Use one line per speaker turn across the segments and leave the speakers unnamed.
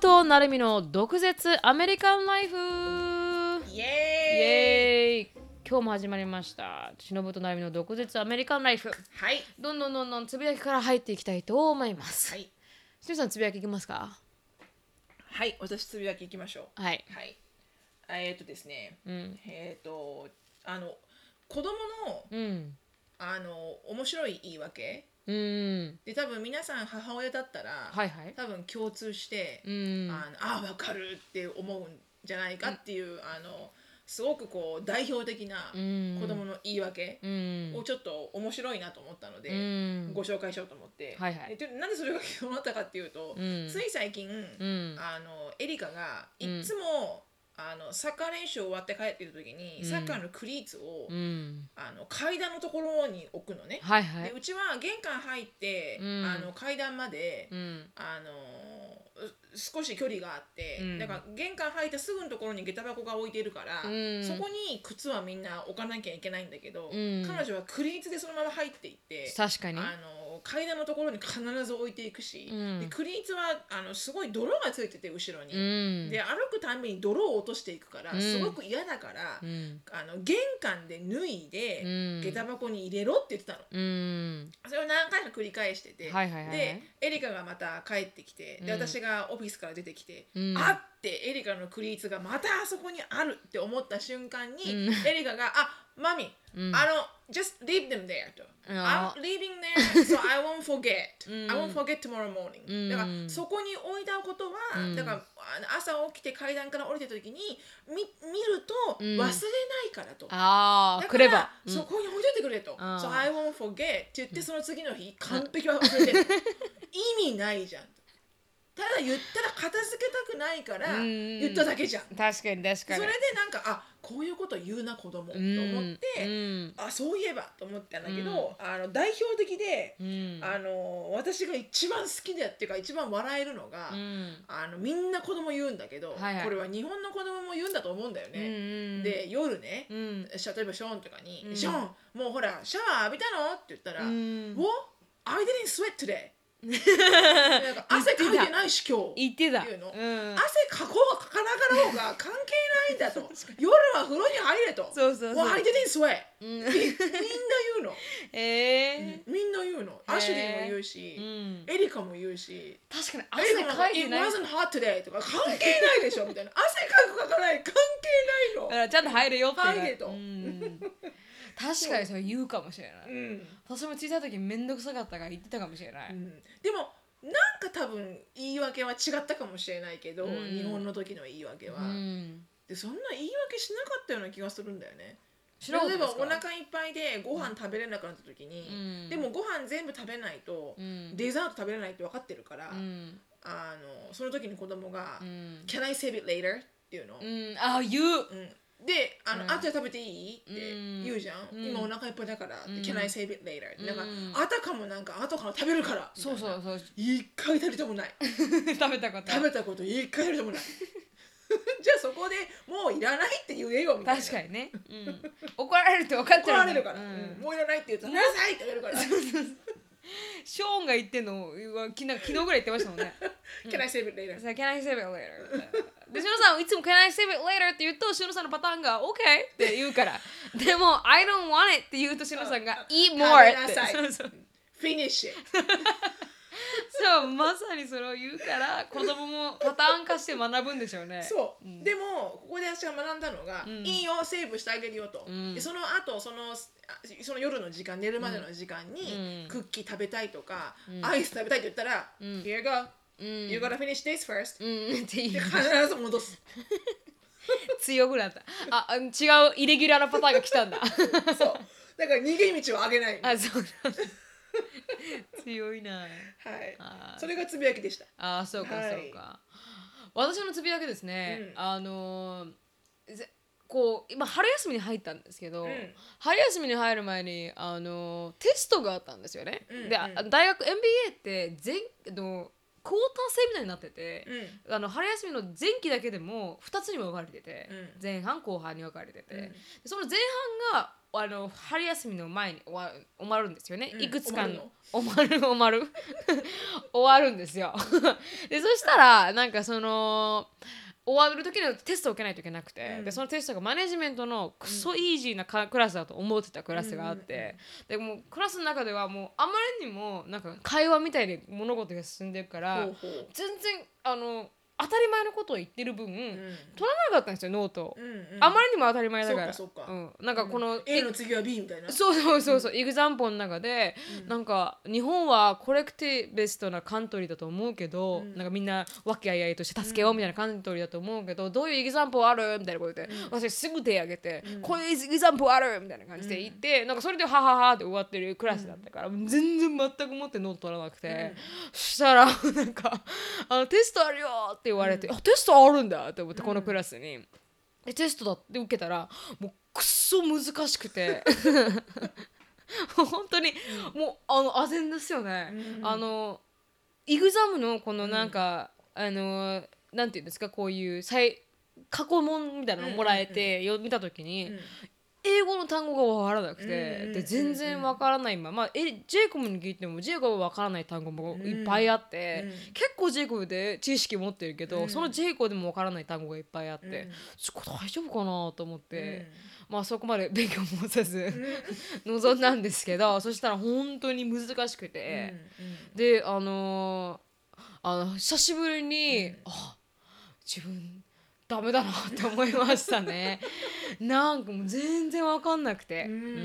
となるみの毒舌アメリカンライフ
イ
イ
エーイ
エーイ今日も始まりましたしのぶとなるみの毒舌アメリカンライフ
はい
どんどんどんどんつぶやきから入っていきたいと思います、
は
はいしのぶさんつぶやきいきますか
はい私つぶやきいきましょ
はい、
うはいあえっ、とですね
うん、
えっ、とあの子供の
うん
あの面白い言い訳
うん
で多分皆さん母親だったら、
はいはい
多分共通して、
うん
あのあ分かるって思うんじゃないかっていう、あのすごくこう代表的な
うん
子供の言い訳
うん
をちょっと面白いなと思ったの
う
で、
ん
ご紹介しようと思って、
はいはい
えでなんでそれが決まったかっていうと、
うん
つい最近、
うん
あのエリカがい
うん
つも、あのサッカー練習終わって帰ってる時に、
うん
サッカーのクリーツを、
うん
あの階段のところに置くのね。
はいは
で
いう
ちは玄関入って、
うん
あの階段まで、
うん
あのう少し距離があって、
うん
だから玄関入ったすぐのところに下駄箱が置いてるから、
うん
そこに靴はみんな置かなきゃいけないんだけど、
うん
彼女はクリーツでそのまま入っていって。
確か
あ
に
の階段のところに必ず置いていくし、
うん
でクリーツはあのすごい泥がついてて後ろに、
うん
で歩くたんびに泥を落としていくから、
うん
すごく嫌だから、
うん
あの玄関で脱いで、
うん
下駄箱に入れろって言ってたの。
うん
それを何回か繰り返してて、
はいはいはいはい
でエリカがまた帰ってきて
うん
で私がオフィスから出てきて、
うん
あってエリカのクリーツがまたあそこにあるって思った瞬間に、
うん
エリカが「あマミ、
うん
あの just leave them there」と。I'm
あ
leaving there so I won't forget.
うん
I won't forget tomorrow morning.、
うん
だからそこに置いたことは、
うん
だからあの朝起きて階段から降りた時にみ見ると
うん
忘れないからと。
あ
だ
ー
か
く
ら
ればうん
そこに置いといてくれと。
あー
so I won't forget って言ってその次の日完璧は忘れてる。意味ないじゃん。ただ言ったら片付けたくないから
うん
言っただけじゃん。
確かに確かに
それでなんかあこういうこと言うな子供と
うん
思って
うん
あそういえばと思ったんだけど、あの代表的で、
うん
あの私が一番好きだっていうか一番笑えるのが、
うん
あのみんな子供言うんだけど、
はいはい
これは日本の子供も言うんだと思うんだよ
うん
ね。
うん
で夜ね、
うん
例えばショーンとかに「
うん
ショーンもうほらシャワー浴びたの?」って言ったら
う
「What?
ん
I didn't sweat today」なん か汗かいてないし今日
言ってた
っていうの
うん
汗かこうがかからなかろうが関係ないん だと夜は風呂に入れと「
そうそうそう
Well, I didn't sweat」
うん
みみんな言うの
え
みんな言うの
ー
アシュリーも言う
ー
し、
うん
エリカも言うし
確かに
エリ
汗
カも
かいてない
It wasn't hot today とか関係ないでしょみた いな汗かくかかない関係ない
だ
の
からちゃんと入るよっていう
入れと
うん確かにそれ言うかもしれな
う
い
ん
私も小さい時めんどくさかったから言ってたかもしれな
う
い
んでもなんか多分言い訳は違ったかもしれないけど、
うん
日本の時の言い訳は、
うん
でそんな言い訳しなかったような気がするんだよね
知
例
らなかった
え
で
ば
すか
お腹いっぱいでご飯食べれなくなった時に、
うん
でもご飯全部食べないと、
うん
デザート食べれないって分かってるから、
うん
あのその時に子供が
う
「
ん
Can I save it later?」っていうの、
うんあ言う
うんで「あの、
うん
後で食べていい?」って
うん
言うじゃん、
うん
今お腹いっぱいだから「
うん
Can I save it later?」ってなんか、
うん
あたかもなんか後から食べるから
そう
みたい
そ
な
うそう
一回たりともない
食べたことあ
食
る
べたこと一回たりともない じゃあそこでもういらないって言えよみたいな
確かにねうん怒られるって分かって
怒
る
ら
の
れ
に
るから、
う
うん
ん
もういらないって言うと「なさい!」って言われるから「
ショーンが言ってんのは昨日昨日ぐらい言ってましたもん ね
Can I save it later?」
さあ Can I save it later? みたいなで、しのさんいつも Can I save it later? って言うと、しのさんのパターンが OK って言うから。でも、I don't want it って言うと、しのさんが Eat
食べ
more
な
って。
さい
そうそう。
Finish it
そう、まさにそれを言うから、子供もパターン化して学ぶんでしょうね。
そう、でもここで私が学んだのが、
うん
いいよセーブしてあげるよと、
うん
でその後そのあその夜の時間寝るまでの時間に、
うん
クッキー食べたいとか、
ん
アイス食べたいって言ったら「
うん
Here you go
うん。
you gotta finish this first」
うん、ってい
で
う
必ず戻す
強くなったああ違うイレギュラーなパターンが来たんだ
そうだから逃げ道をあげないはい
あそうなんだ 強いなあー
それがつぶやきでした
あーそうか、
はい
そうか私のつぶやきですね、
うん
あのーぜこう今春休みに入ったんですけど、
うん
春休みに入る前にあのーテストがあったんですよね、
うん
であ
うん
大学 MBA って全あのクォーター制みたいになってて、
うん
あの春休みの前期だけでも2つにも分かれてて、
うん
前半後半に分かれてて、
うん
その前半があの春休みの前に終わ終わるんですよね、
うん
いくつかの終わる終わる 終わるんですよでそしたらなんかその終わる時のテストを受けないといけなくて、
うん
でそのテストがマネジメントのクソイージーなかクラスだと思ってたクラスがあって、でもうクラスの中ではもうあまりにもなんか会話みたいに物事が進んでるから、
ほうほう
全然あの当たり前のことを言ってる分、
うん
取らなかったんですよノートを。
うんうん
あまりにも当たり前だから
そうかそうか
ん、なんかこの、
A の次は B みたいな
そうそうそうそう、エグザンポの中で、なんか日本はコレクティベストなカントリーだと思うけど、
うん
なんかみんな和気あいあいとして助けようみたいなカントリーだと思うけど、どういうエグザンポあるみたいなことで、私すぐ手挙げて、こういうエグザンポあるみたいな感じで言って、なんかそれではははって終わってるクラスだったから、もう全然全くもってノート取らなくて、そしたらなんかあの「テストあるよ!」って言われて、あテストあるんだって思ってこのクラスに。でテストだって受けたらもうくっそ難しくてもう 本当にもうあのあぜんですよね、
うん
あのイグザムのこのなんか、あのなんていうんですかこういうさい過去問みたいなのもらえて、よ見た時に、
うん
英語の単語がわからなくて、
うんうん
で全然わからないままえジェイコムに聞いてもジェイコムはわからない単語も
ん
いっぱいあって、
うん
結構ジェイコムで知識持ってるけど、
うん
そのジェイコムでもわからない単語がいっぱいあって、
うん
ちょっと大丈夫かなと思って、
うん
まあそこまで勉強もせず、 臨んだんですけどそしたら本当に難しくて、であのーあの久しぶりに、あ自分ダメだなって思いましたね なんかもう全然わかんなくて、
うんうん
うん
うんう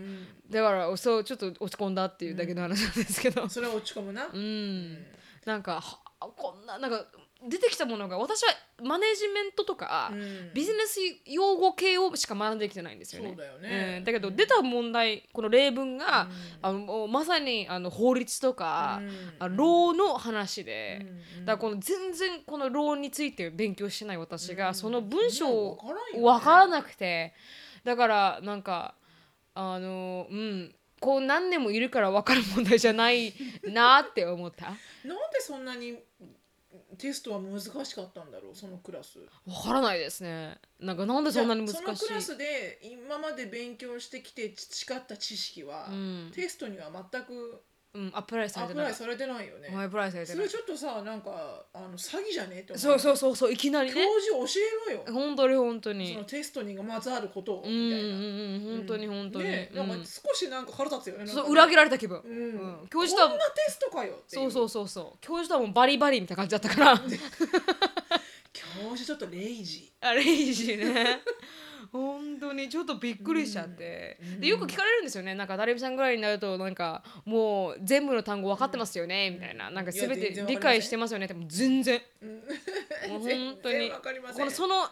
ん
だからそうちょっと落ち込んだっていうだけの話なんですけど
それは落ち込むな
うん、なんかはこんななんか出てきたものが私はマネジメントとか、
うん
ビジネス用語系をしか学んできてないんですよね。
そうだよね
うんだけど出た問題この例文が、
うん
あのもうまさにあの法律とか、
うん
あ労の話で、
うん
だからこの全然この労について勉強してない私が、
うん
その文章を
いやわからんよね
わからなくてだからなんかあのうんこう何年もいるから分かる問題じゃないなって思った
なんでそんなにテストは難しかったんだろうそのクラス
分からないですねなんかなんでそんなに難
いや
し
そのクラ
い
スで今まで勉強してきて培った知識は、
うん
テストには全く
うんアップライさ
ア
れ
ッ
て
プ
な
ラ
い
イされてないよね
お前アップライされて
そ
な
れ
い
ちょっとさなんかあの詐欺じゃねえって思
そうそううそうそういきなり
教
ね
授教えろよ
本当に本当
その
に
テストにまつわることを
うんうん
みたいな、
うん本当に
うん
本当に、
ね
う
なん
ん
か少しなんか腹立つよねなんか
そう裏切られた気分、
うん、
うん教授とは
こんなテストかよってい
そうそうそうそう教授とはもうバリバリみたいな感じだったから
教授ちょっとレイジ
あれいいし ね本当にちょっとびっくりしちゃって、
うん
でよく聞かれるんですよねなんか誰美さんぐらいになるとなんかもう全部の単語分かってますよね、みたいななんか
いや
全
全
て
然
理解してますよねでも全然
うん
もう
全
本当に
然わかりません
このその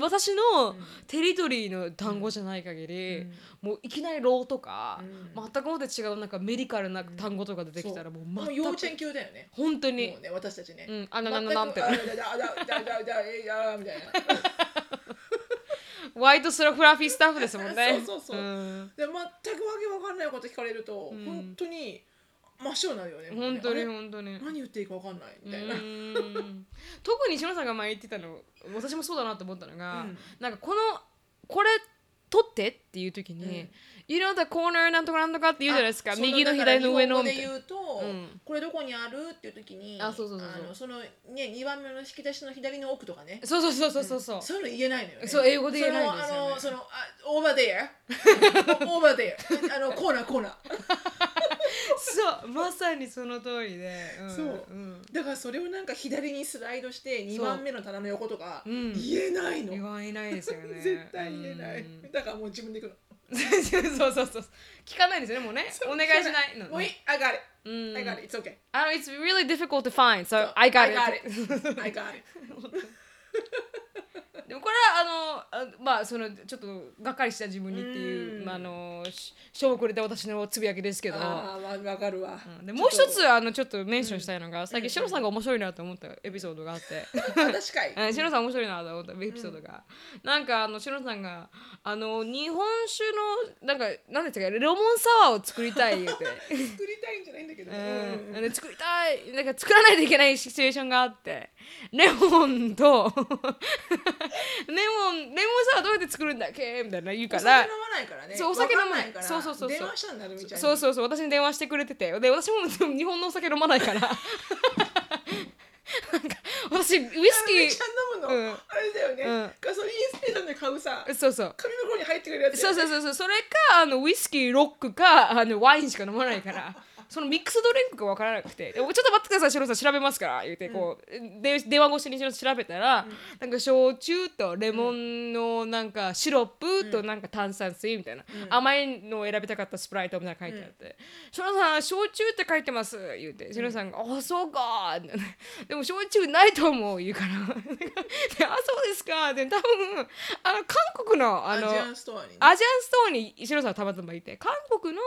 私のテリトリーの単語じゃない限り、もういきなり「ロー」とか、
うん
全くもって違うなんかメディカルな単語とか出てきたらもう
もう幼
全く
稚園級だよね
本当に
もうね私たちね、
うんあななななんて
全くあだだだだだだえいやみたいな
ホワイトスラフラフィースタッフですもんね
そうそうそうんで全くわけわかんないこと聞かれると、本当に真っ白になるよね。
本当に
あれ
本当に
何言っていいかわかんないみたいな。
うーん特に篠さんが前言ってたの私もそうだなと思ったのが、
うん
なんかこのこれ取ってっていう時に「You know the corner なんとかなんとか」って言うじゃないですか
あその
右の左の上の
だか
み
ら
たいな
日本語で言うと、
うん
これどこにあるっていう時に、
あそうそうそうそう
のそのね二番目の引き出しの左の奥とかね。
そうそうそうそうそうそう、
そういうの言えないのよ、ね。
そう英語で言えないんですよね
そのあのそのあオーバーデア、オーバーデア、あのコーナーコーナー。
そうまさにその通りで、うん
そうんだからそれをなんか左にスライドして二番目の棚の横とか
うん
言えないの。
言われないですよね
絶対言えない、
うん
だからもう自分で行くの
そうそうそう聞かないですよねもうねお願いしないの
もういい I got it、
うん
I got it it's okay
I know it's really difficult to find so I got it
I got it, I got it.
でもこれはあのあまあそのちょっとがっかりした自分にっていう、
うん
まあ、あのし証拠くれた私のつぶやきですけど、
ああわわかるわ、
うんでもう一
ちょ
つあのちょっとメンションしたいのが、最近シロさんが面白いなと思ったエピソードがあって。
っとあ確かに
うんシロさん面白いなと思ったエピソードが、なんかあのシロさんがあの日本酒のなんか何ですかレモンサワーを作りたい言うて
作りたいんじゃないんだけど、
うん
うん
で作りたいなんか作らないといけないシチュエーション があってレモンとレモンレモンサワーどうやってで作るんだっけみたいな言う
お
か
酒飲
ら
まないからね
そうお酒飲まない
わかんから
そうそうそうそう
電話したんだなるみちゃんに
そうそうそう私に電話してくれててで私もでも日本のお酒飲まない からなんか私ウイス
なるみ
キ
ち
ー
ゃん飲むの、
うん
あれだよね、
うん
ガソリンステーションで買うさ
そうそう
紙の方に入ってくれるやつだ
そ
よ
う
ね、
そうそうそうそれかあのウイスキーロックかあのワインしか飲まないからそのミックスドリンクが分からなくて「でちょっと待ってくださいシロさん調べますから」言ってこう、で電話越しにシロ調べたら、なんか焼酎とレモンのなんかシロップとなんか炭酸水みたいな、甘いのを選びたかったスプライトみたいなの書いてあって「シロさん焼酎って書いてます」言ってシロさんが「あそうか」でも焼酎ないと思う言うから 「であそうですか」で多分あの韓国のあの
アジアンストアにね、
アジアンストアに石野さんはたまたまいて韓国の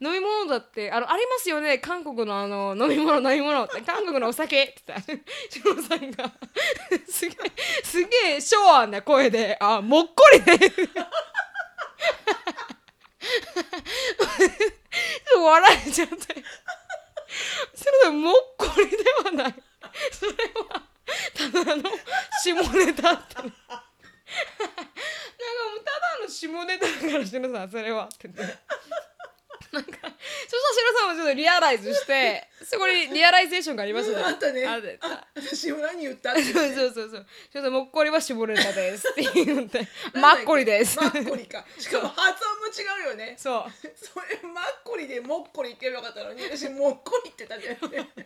飲み物だってあのありますよね韓国のあの飲み物飲み物って韓国のお酒って言ったら石野さんが すげえすげえ昭和な声であもっこりで 笑えちゃって石野さんもっこりではないそれはただの下ネタってなんかもうただの下ネタだから篠さんそれはってねなんかそしたら篠さんもちょっとリアライズしてそこにリアライゼーションがありました
あったね
あった
あ私も何言ったっ
そ
て
うそうそうそうちょっともっこりは下ネタですって言 って マッコリです
マッコリかしかも発音も違うよね
そう
それマッコリでモッコリって言えばよかったのに私モッコリって言ったんだよね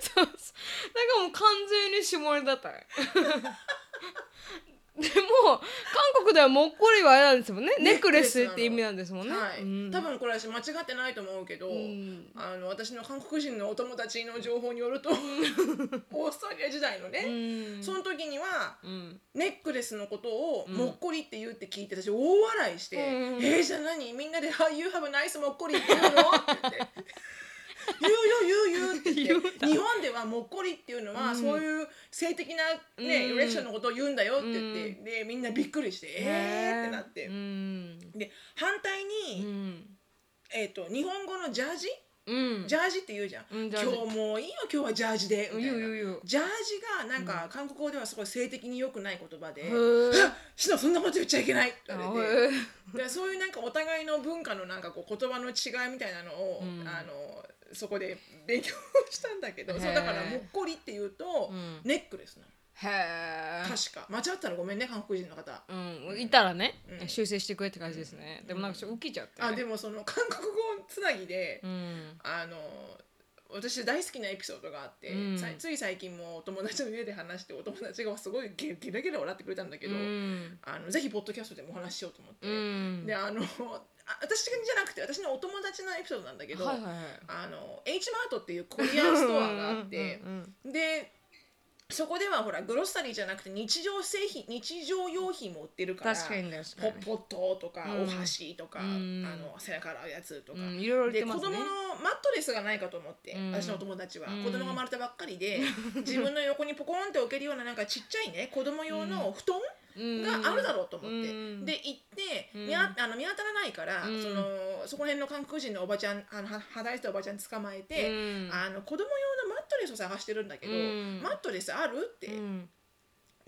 そうそうなんかもう完全に下ネタだったね でも韓国ではもっこりはあれなんですもんねネックレスって意味なんですもんね、
はい、
うん
多分これ私間違ってないと思うけど、
ん
あの私の韓国人のお友達の情報による とオーストラリア時代の
う
ね、
ん
その時には
うん
ネックレスのことを
うん
もっこりって言うって聞いて私大笑いして「
うん
えー、じゃあ何みんなで「You have a nice もっこり」って言うのって言って 「言うよ言う言う」って 言って日本ではもっこりっていうのは、
うん
そういう性的なね、
うん
エレクションのことを言うんだよって言って、
う
でみんなびっくりして「えー」ってなって、
うん
で反対
う
に、
ん
えー、と日本語のジャージ
うん
ジャージって言うじゃん、
うんジャ
今
ー
日
ジ
もういいよ今日はジャージでみたい
言う言
な
う言う
ジャージがなんか韓国語ではすごい性的に良くない言葉で
へ
「う
ー
わシ ノそんなこと言っちゃいけない」って言われて
あ
でそういうなんかお互いの文化のなんかこう言葉の違いみたいなのを、
うん
あのそこで勉強したんだけど
へー
そうだから「もっこり」って言うと、
うん
ネックレスなの
へえ
確か間違ったらごめんね韓国人の方。
うんいたらね
うん
修正してくれって感じですねでもなんかちょっと受けちゃってね
あでもその韓国語つなぎで、
うん
あの私大好きなエピソードがあって、
うん
さつい最近もお友達の家で話してお友達がすごいゲゲラゲラ笑ってくれたんだけ
う
ど、
ん
あのぜひポッドキャストでもお話ししようと思って、
うん
であのあ私じゃなくて私のお友達のエピソードなんだけど、
はいはいはい
あの H マートっていうコリアンストアがあって
うんうん
でそこではほらグロッサリーじゃなくて日常製品日常用品も売ってるから
確かに確か
ポ
に
ポットとか
うん
お箸とか、
うん
あの背中洗うやつとか、
うんいろいろ言
で
って
子
ま
供
す
の
ね
マットレスがないかと思って、
うん
私のお友達は、
うん
子供が生まれたばっかりで自分の横にポコンって置けるようななんかちっちゃいね子供用の布団があるだろうと思って、
うん
で行って
うん
見ああの見当たらないから、
うん
そのそこら辺の韓国人のおばちゃんあのは肌いたおばちゃん捕まえ
う
て、
ん
あの子供用のマットレスを探してるんだけど、
うん
マットレスあるって
うん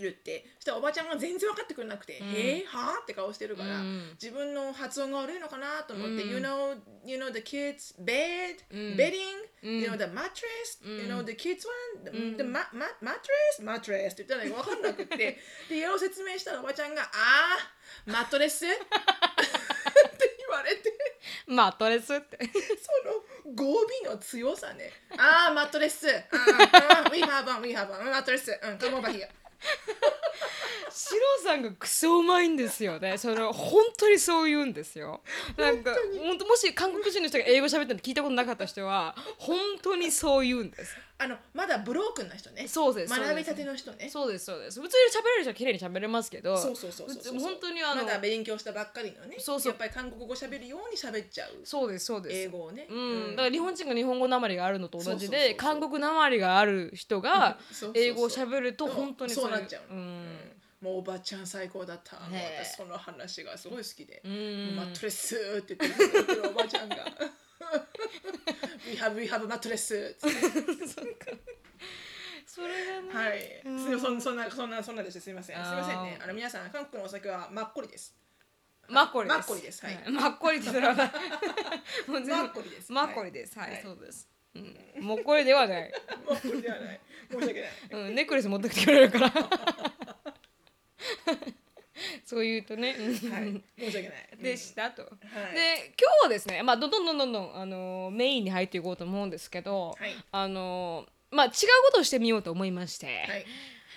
言って、そしたらおばちゃんが全然分かってくれなくて「
うん
へえはあ?」って顔してるから。
うん
自分の発音が悪いのかなと思って、
うん
you know you know the kids bed、
うん
bedding、
うん
you know the mattress、
うん
you know the kids one the,、
うん
the ma- ma- mattress mattress って言ったのが分かんな くてでいろいろ説明したらおばちゃんがあーマットレ スって言われて
マットレスって
その語尾の強さねあーマットレスあー we have one we have one マットレスうん come over here
シロさんがクソうまいんですよね。それ本当にそう言うんですよ。なんか本当もし韓国人の人が英語喋ってるの聞いたことなかった人は本当にそう言うんです。
あのまだブロークンな人ね
そうですそうです
学びたての人ね
そうですそうです。普通に喋れる人は綺麗に喋れますけど、
そうそうそうそうそう
本当にあの
まだ勉強したばっかりのね
そうそう
やっぱり韓国語喋るように喋っちゃう
そうですそうです。
英語をね
うん、だから日本人が日本語なまりがあるのと同じ
そうそうそうそ
で
う
韓国なまりがある人が
そうそうそう
英語を喋ると本当に
そう
い
なっちゃうの、
う
うん
ん
もうおばちゃん最高だったもう
ねえ
私その話がすごい好きで、
ん
マットレスって言って言って るおばちゃんが「We have, we have マットレス」って
そうか。それがね
はい、
うん
すいませんそんなそんなそんなでしたすみません
あー
すみませんねあの皆さん韓国のお酒はマッコリです
マッコリです
マッコリですはい
マッコリってそれ はないもう全部
マッコリです
マッコリですはい、
はい
そうですうん、もうこれではない、
マッコリではない申し訳ない
うん、ネックレス持ってきてくれる からそう言うとね、うん
はい申し訳ない
でしたと、
うんはい
で今日はですね、まあ、どんどんどんどんどん、あのーメインに入っていこうと思うんですけど、
はい
あのーまあ、違うことをしてみようと思いまして、
はい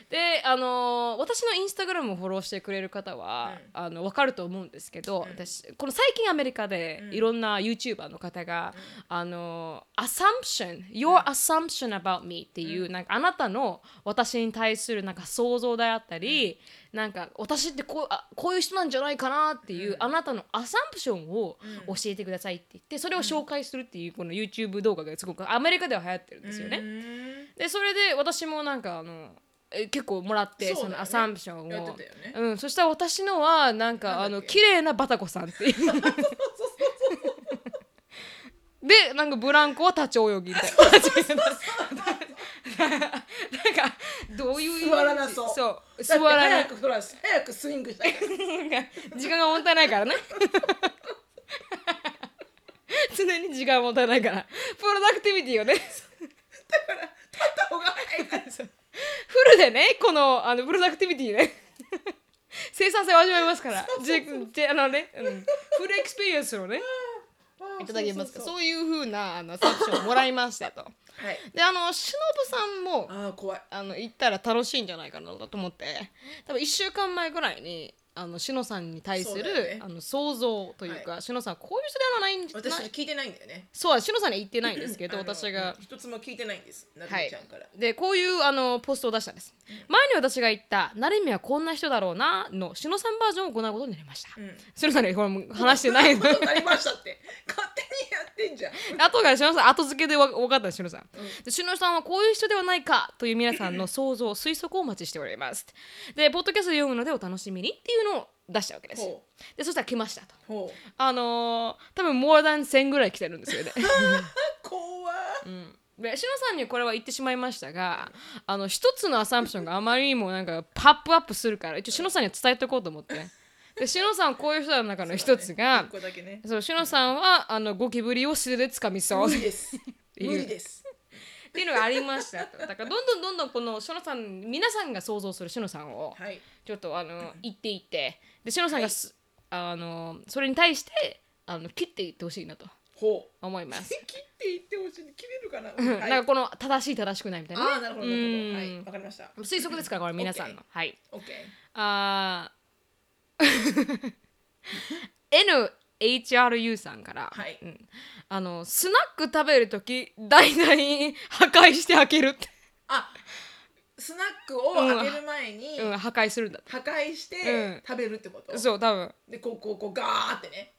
で、あのー私のインスタグラムをフォローしてくれる方は、
うん
あの分かると思うんですけど、
うん
私この最近アメリカで
うん
いろんな YouTuber の方が「あのー assumption your assumption about me」っていう、なんかあなたの私に対するなんか想像であったり、なんか私ってこうあこういう人なんじゃないかなっていう、あなたのアサンプションを教えてくださいって言ってそれを紹介するっていうこの YouTube 動画がすごくアメリカでは流行ってるんですよね。
うーん
でそれで私もなんかあのえ結構もらってそ,、
そうだよね
のアサンプションを
やってたよね
うん、そしたら私のはなんか
なんだっ
あの
け
綺麗なバタコさんっていうでなんかブランコは立ち泳ぎみたいななんかどういう
座らなそう
そう
だ
座
って
らな
早くほら早くスイングしたいから
時間がもったいないから ね常に時間がもったいないからプロダクティビティをね
片方が早いからさ
フルでねこのあのプロダクティビティ ね生産性を味わえますからじじあのね、うんフルエクスペリエンスをねいただけますからそう
そうそう
いうふうなあのサプションをもらいましたと
そうはい
であのしのぶさんも
ああ怖い
あの行ったら楽しいんじゃないかなと思って多分1週間前ぐらいにあのしのさんに対す
そう
る、
だよね
あの想像というか、しのさんはこういう人ではないんじゃ
私
ない
聞いてないんだよね
そうしのさんには言ってないんですけど
あの
私が
一つも聞いてないんですなる
は
み
い
ちゃんから、
でこういうあのポストを出したんです、前に私が言った「なるみはこんな人だろうな」のしのさんバージョンを行うことになりました、
うん
しのさんにこれも話してない
ことになりましたって勝手にやってんじゃん
後がしのさん後付けでわ分かったのしのさん、でしのさんはこういう人ではないかという皆さんの想像推測をお待ちしておりますでポッドキャストで読むのでお楽しみにっていうのを出したわけです
ほ
でそしたら来ましたと
うほう
あのー多分モアダン1000ぐらい来てるんですよね
怖
でしのさんにはこれは言ってしまいましたがあの一つのアサンプションがあまりにもなんかパップアップするから一応しのさんには伝えておこうと思ってでしのさんはこういう人の中の一つ
一
が
個だけね
そうしのさんはあのゴキブリを素手で掴みそう
無
っ
理です
いう
無理です
ていうのがありましたとだからどんどんどんどんこのしのさん皆さんが想像するしのさんを
はい
ちょっとあの言っていってでしのさんがす、あのそれに対してあの切っていってほしいなと
ほう
思いま
切っ
す。
ていってほしい切れるかな、
うん
はい、
な
あ
んかこの正しい正しくないみたいなね、
あなるほどなるほどは
う
い
ん
わかりました
推測ですからこれ皆さんの。はい。
オッケ
あ ー NHRU さんから、
はい
うんあのスナック食べる時大々破壊して開けるって、
ーあスナックを開ける前に
うん、破壊するんだっ
破壊し
うん
て食べるってこと、
てそう多分
でこうこうこうガーってね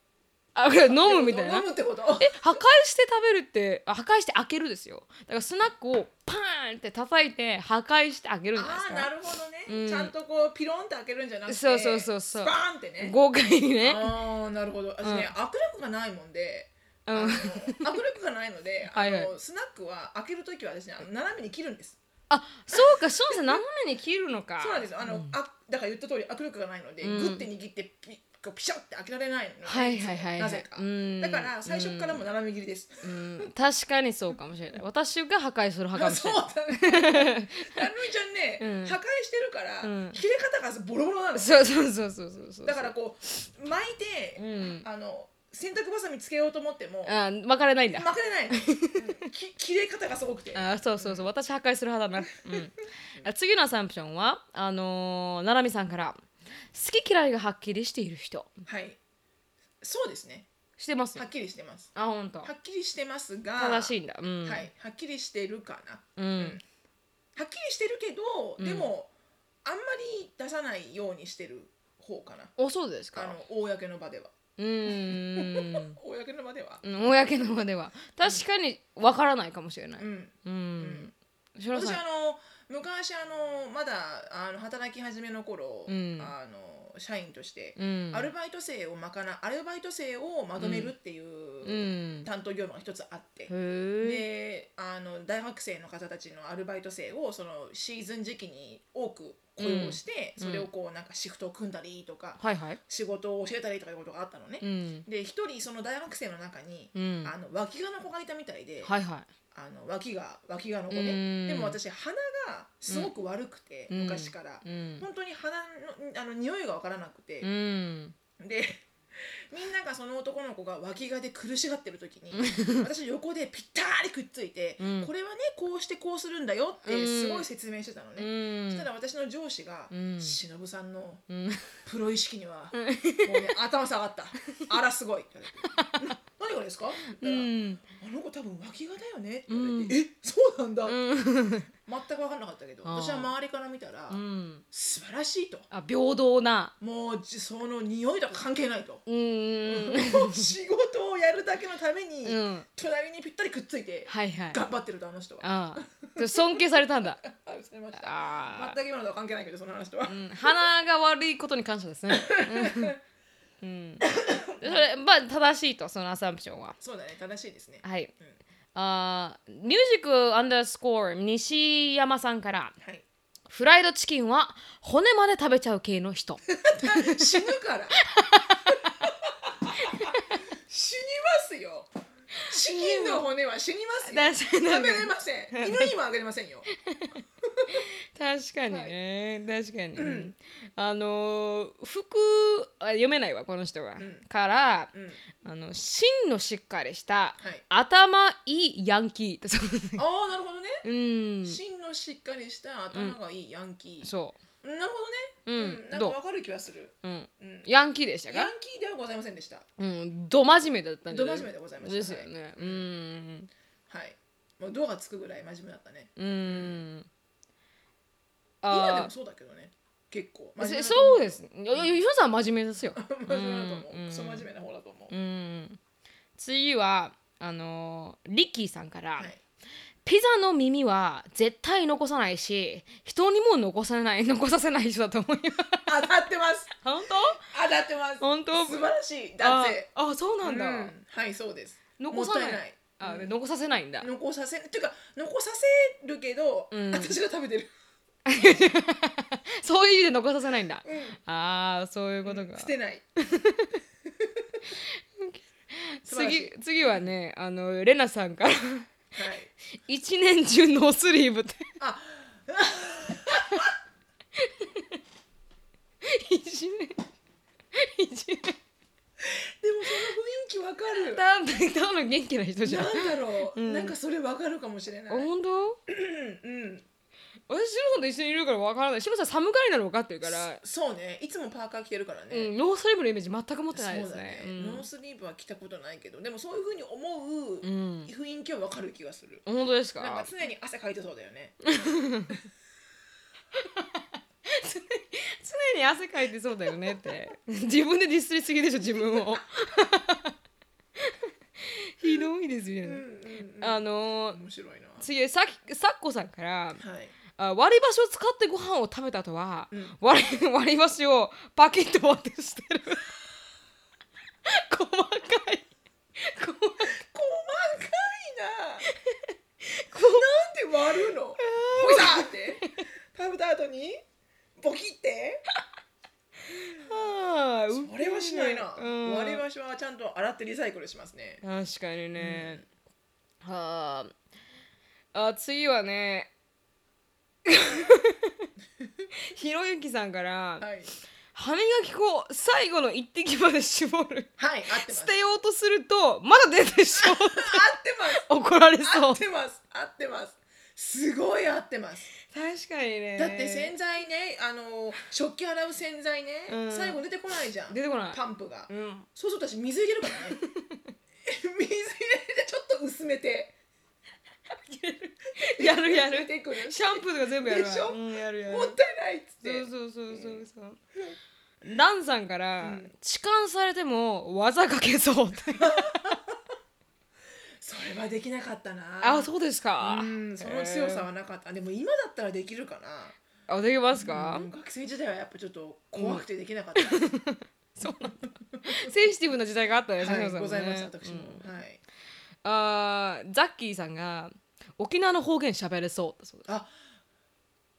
あこれ飲むみたいな
飲むってこと
え破壊して食べるってあ破壊して開けるですよだからスナックをパーンって叩いて破壊して開けるんじゃないです
ああ
か
ーなるほどね、
うん
ちゃんとこうピロンって開けるんじゃなくて
そうそうそうそう
スパーンってね
豪快にね
ああなるほど私ね、握力がないもんで
う
あの
ん
握力がないので あ
はい
の
はい
スナックは開けるときはですねあの斜めに切るんです
あそうかそうですね斜めに切るのか
そうなんですよあの、あだから言った通り握力がないので、
うん
グッて握ってピこうピシャって開けられないのね
はいはいはいはい
なぜか、
うん
だから最初からも斜め切りです、
うん確かにそうかもしれない私が破壊する派かもし
そ
れ
う
ない
だねなるみちゃんね、
うん
破壊してるから、
うん
切れ方がボロボロなの
そうそうそうそうそうそう
だからこう巻いて、
うん
あの洗濯ばさみつけようと思っても
あ分かれないんだ
巻か れないのき切れ方がすごくて
あそうそうそう私破壊する派だな、うんあ、次のアサンプションはあのー、ななみさんから好き嫌いがはっきりしている人
はいそうですね
してます
はっきりしてます
あ本当
はっきりしてますが
正しいんだうん
はい、はっきりしてるかな
うん
はっきりしてるけど、でもあんまり出さないようにしてる方かな
おそうです
あ
か
の公の場では
うーん
公の場では
うん公の場では確かにわからないかもしれないう
うん
うん、しろ
私
さ
あ
ん
の昔あのまだあの働き始めの頃、
うん
あの社員として、
うん
アルバイト生をまかなアルバイト生をまとめるって
う
いうん担当業務が一つあって、
へえ
であの大学生の方たちのアルバイト生をそのシーズン時期に多く雇用して、
うん
それをこうなんかシフトを組んだりとか、
はいはい
仕事を教えたりとかいうことがあったのね。
うん
で一人その大学生の中に、
うん
あの脇がの子がいたみたいで、
はいは
あの脇が脇がの子
う
ね
ん
でも私鼻がすごく悪くて、
うん
昔から、
いうん
本当に鼻のあの匂いが分からなくて
う、ん
で みんながその男の子が脇がで苦しがってる時に私横でぴったりくっついて、
うん
これはねこうしてこうするんだよってすごい説明してたの
う
ね、
ん
そしたら私の上司が
う
「
ん
しのぶさんの
うん
プロ意識にはもう、ね、頭下が ったあらすごい」って言われて「な何がですか?」って
う
言ったら
ん
あの子多分脇がだよねって言われて、えそうなんだ、
うん
全く分かんなかったけど
あー
私は周りから見たら、
うん
素晴らしいと
あ平等な
もうじその匂いとか関係ないと、
うんうん
もう仕事をやるだけのために、
うん
隣にぴったりくっついて
はいはい
頑張ってるとあの人は
ああ尊敬されたんだ
あすみました
ああ
全く今のとは関係ないけどその話とは、
うん鼻が悪いことに感謝ですねうん うんそれまあ正しいとそのアサンプションは
そうだね正しいですね
はい
うん
あーミュージックアンダースコー西山さんから
はい
フライドチキンは骨まで食べちゃう系の人
死ぬから死にますよチキンの骨は死にますよ
確か
食
に
べれません犬にもあげれませんよ
確かにね、確かに、あのー服あ読めないわこの人は、
ん
から
うんはい
あの真のしっかりした頭いいヤンキー ってそうですね
ああなるほどね
うん
芯のしっかりした頭がいいヤンキー、
そ
な
う
る
う
ほど
ん
ね、うん、なんか
どう
わかる気はする、
う、ん、
うん、
ヤンキーでした
ヤ
か
ンキーではございませんでした
うんど真面目だったんじゃ
ど
ない
真面目でございました
ですよねうん
はい、はい、もう「ど」がつくぐらい真面目だったね
うん
今でも
あ
そうだけどね結構
あ
真面目だと思
そうですねいやいやヒロさんは真面目ですよ
真面目だと思う、
うん
クソ真面目な方だと思う、
うん次はあのーリッキーさんから、
はい
ピザの耳は絶対残さないし人にも残さない 残させない人だと思います
当たってます
本
当たってます
本当
素晴らしいだって
ああそうなんだ、
うんはいそうです
残さない
もったいない
あで残させないんだ
残させっていうか残させるけど、
うん
私が食べてる、
そういう意味で残させないんだ
うん、
ああそういうことか、
捨てない素晴らし
次
い
次はねあのレナさんから
はい
一年中ノースリーブって
あ
一年一年
でもその雰囲気わかる
ただただの元気な 人じゃん
なんだろう、
うん
なんかそれわかるかもしれない。うん、
本当
うん、
私シロさんと一緒にいるからわからないシロさん寒がりなの分かってるから、
そうね、いつもパーカー着てるから
う
ね。
ん、ノースリーブのイメージ全く持って
そう
な
だ
い
ね
ですね
ノースリーブは着たことないけど、でもそういう風に思
うん、
う
うん、
雰囲気はわかる気がする。
本当です
なん
か
か常に汗かいてそうだよね。
常に汗かいてそうだよねって 自分でディスりすぎでしょ自分 をひどいですよ
うんう
ね、
んうん、
あのー
面白いな。
次さっさっこさんから
はい。
あ割り箸を使ってご飯を食べた後は、
うん
割り割り箸をパキッと割って捨 てる細かい細かい
細かいな。なんで割るの。ほいさーって。食べた後に。ボキって。
あー
それはしないな。
ウケるうん
割り箸はちゃんと洗ってリサイクルしますね。
確かにね、はああ次はね ひろゆきさんから
はい。
「歯磨き粉を最後の一滴まで絞 る
はい、合ってます。
捨てようとするとまだ出てしまう
合ってます」
怒られ
合
そう
ってます合ってますすごい合ってます
確かにね
だって洗剤ねあの食器洗う洗剤ね、
うん
最後出てこないじゃん
出てこない
パンプが、
うん
そうすると私水入れるからね水入れてちょっと薄めて
やるやる
出てくる
シャンプーとか全部やるわ
でしょ
うん、やるやる
もったいないっつって
そうそうそうそうそうダンさんから、
うん
痴漢されても技かけそうって
それはできなかったな
あそうですか
うんその強さはなかったでも今だったらできるかな
あできますか、
うん学生時代はやっぱちょっと怖くてできなかったです、
センシティブな時代があったね、
は
篠田
い
さん
ご
も
ざ
ね
いました私も、
うん
はい
あーザッキーさんが沖縄の方言喋れそうだそうです
あ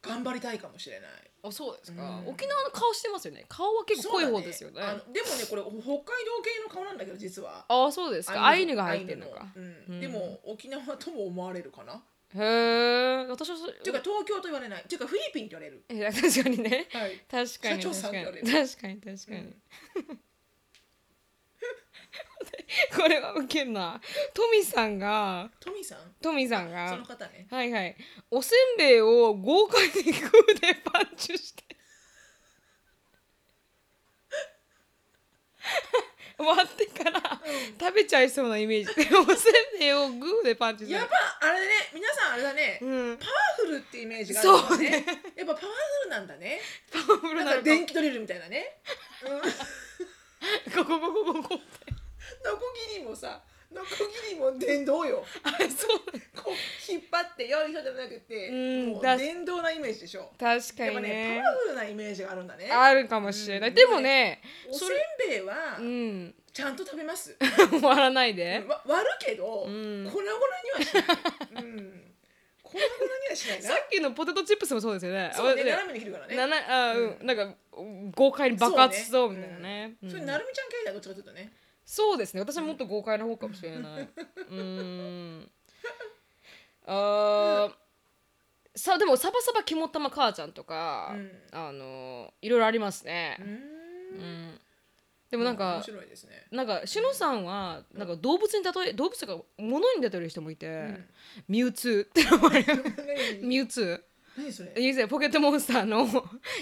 頑張りたいかもしれない
あそうです
か
沖縄の顔してますよね顔は結構濃い方ですよね
そうだあのでもねこれ北海道系の顔なんだけど実は
あそうですかアイヌが入ってるのか
アイヌのう
うん
んでも沖縄とも思われるかな
へえ私はそ
ていうか東京と言われないていうかフィリピンって言われる
え確かにね
はい
確かに
社長
確
さ
か
ん
に
が
確
ね
かに確かに、
うん
これはウケんなトミさんが
トミーさん
トミさん
そ
が
の方ね
はいはいおせんべいを豪快に食うでパンチして割ってから食べちゃいそうなイメージおせんべいをグーでパンチする
やっぱあれね皆さんあれだね、
うん
パワフルってイメージがあるんだね
そうね
やっぱパワフルなんだね
パワフルな
な
んのか
か電気ドリルみたいなね、うん、 ノ
こ
コ
こここここって
ギリもさノコギリも電動よ
あそう
こう引っ張ってよいしょじゃなくて、
うん
もう
だ
電動なイメージでしょ
確か
やっぱ
に
ね
ね
パワフルなイメージがあるんだね
あるかもしれない、
うん
でもね
おせ
そ
ん
れ
べいは
うん
ちゃんと食べます、
終わらないで、
わ割るけど、
ん
粉々にはしない、うん、粉々にはしないな
さっきのポテトチップスもそうですよね
そうね
あ
斜めに切るからね
ななあーうん、なんか豪快に爆発しそうみたいなねうん
それなるみちゃん系だよどっちかというとね
そうですね私はもっと豪快な方かもしれないうーんあーさでもサバサバ肝っ玉母ちゃんとか、
うん
あのいろいろありますね
う、ん
うんでもなんか、
面白いですね
なんかしのさんはなんか動物に例え動物が物に例える人もいて、
ん
ミュウツーって名 前
何
ミュウツ
何それ
ー以前ポケットモンスターの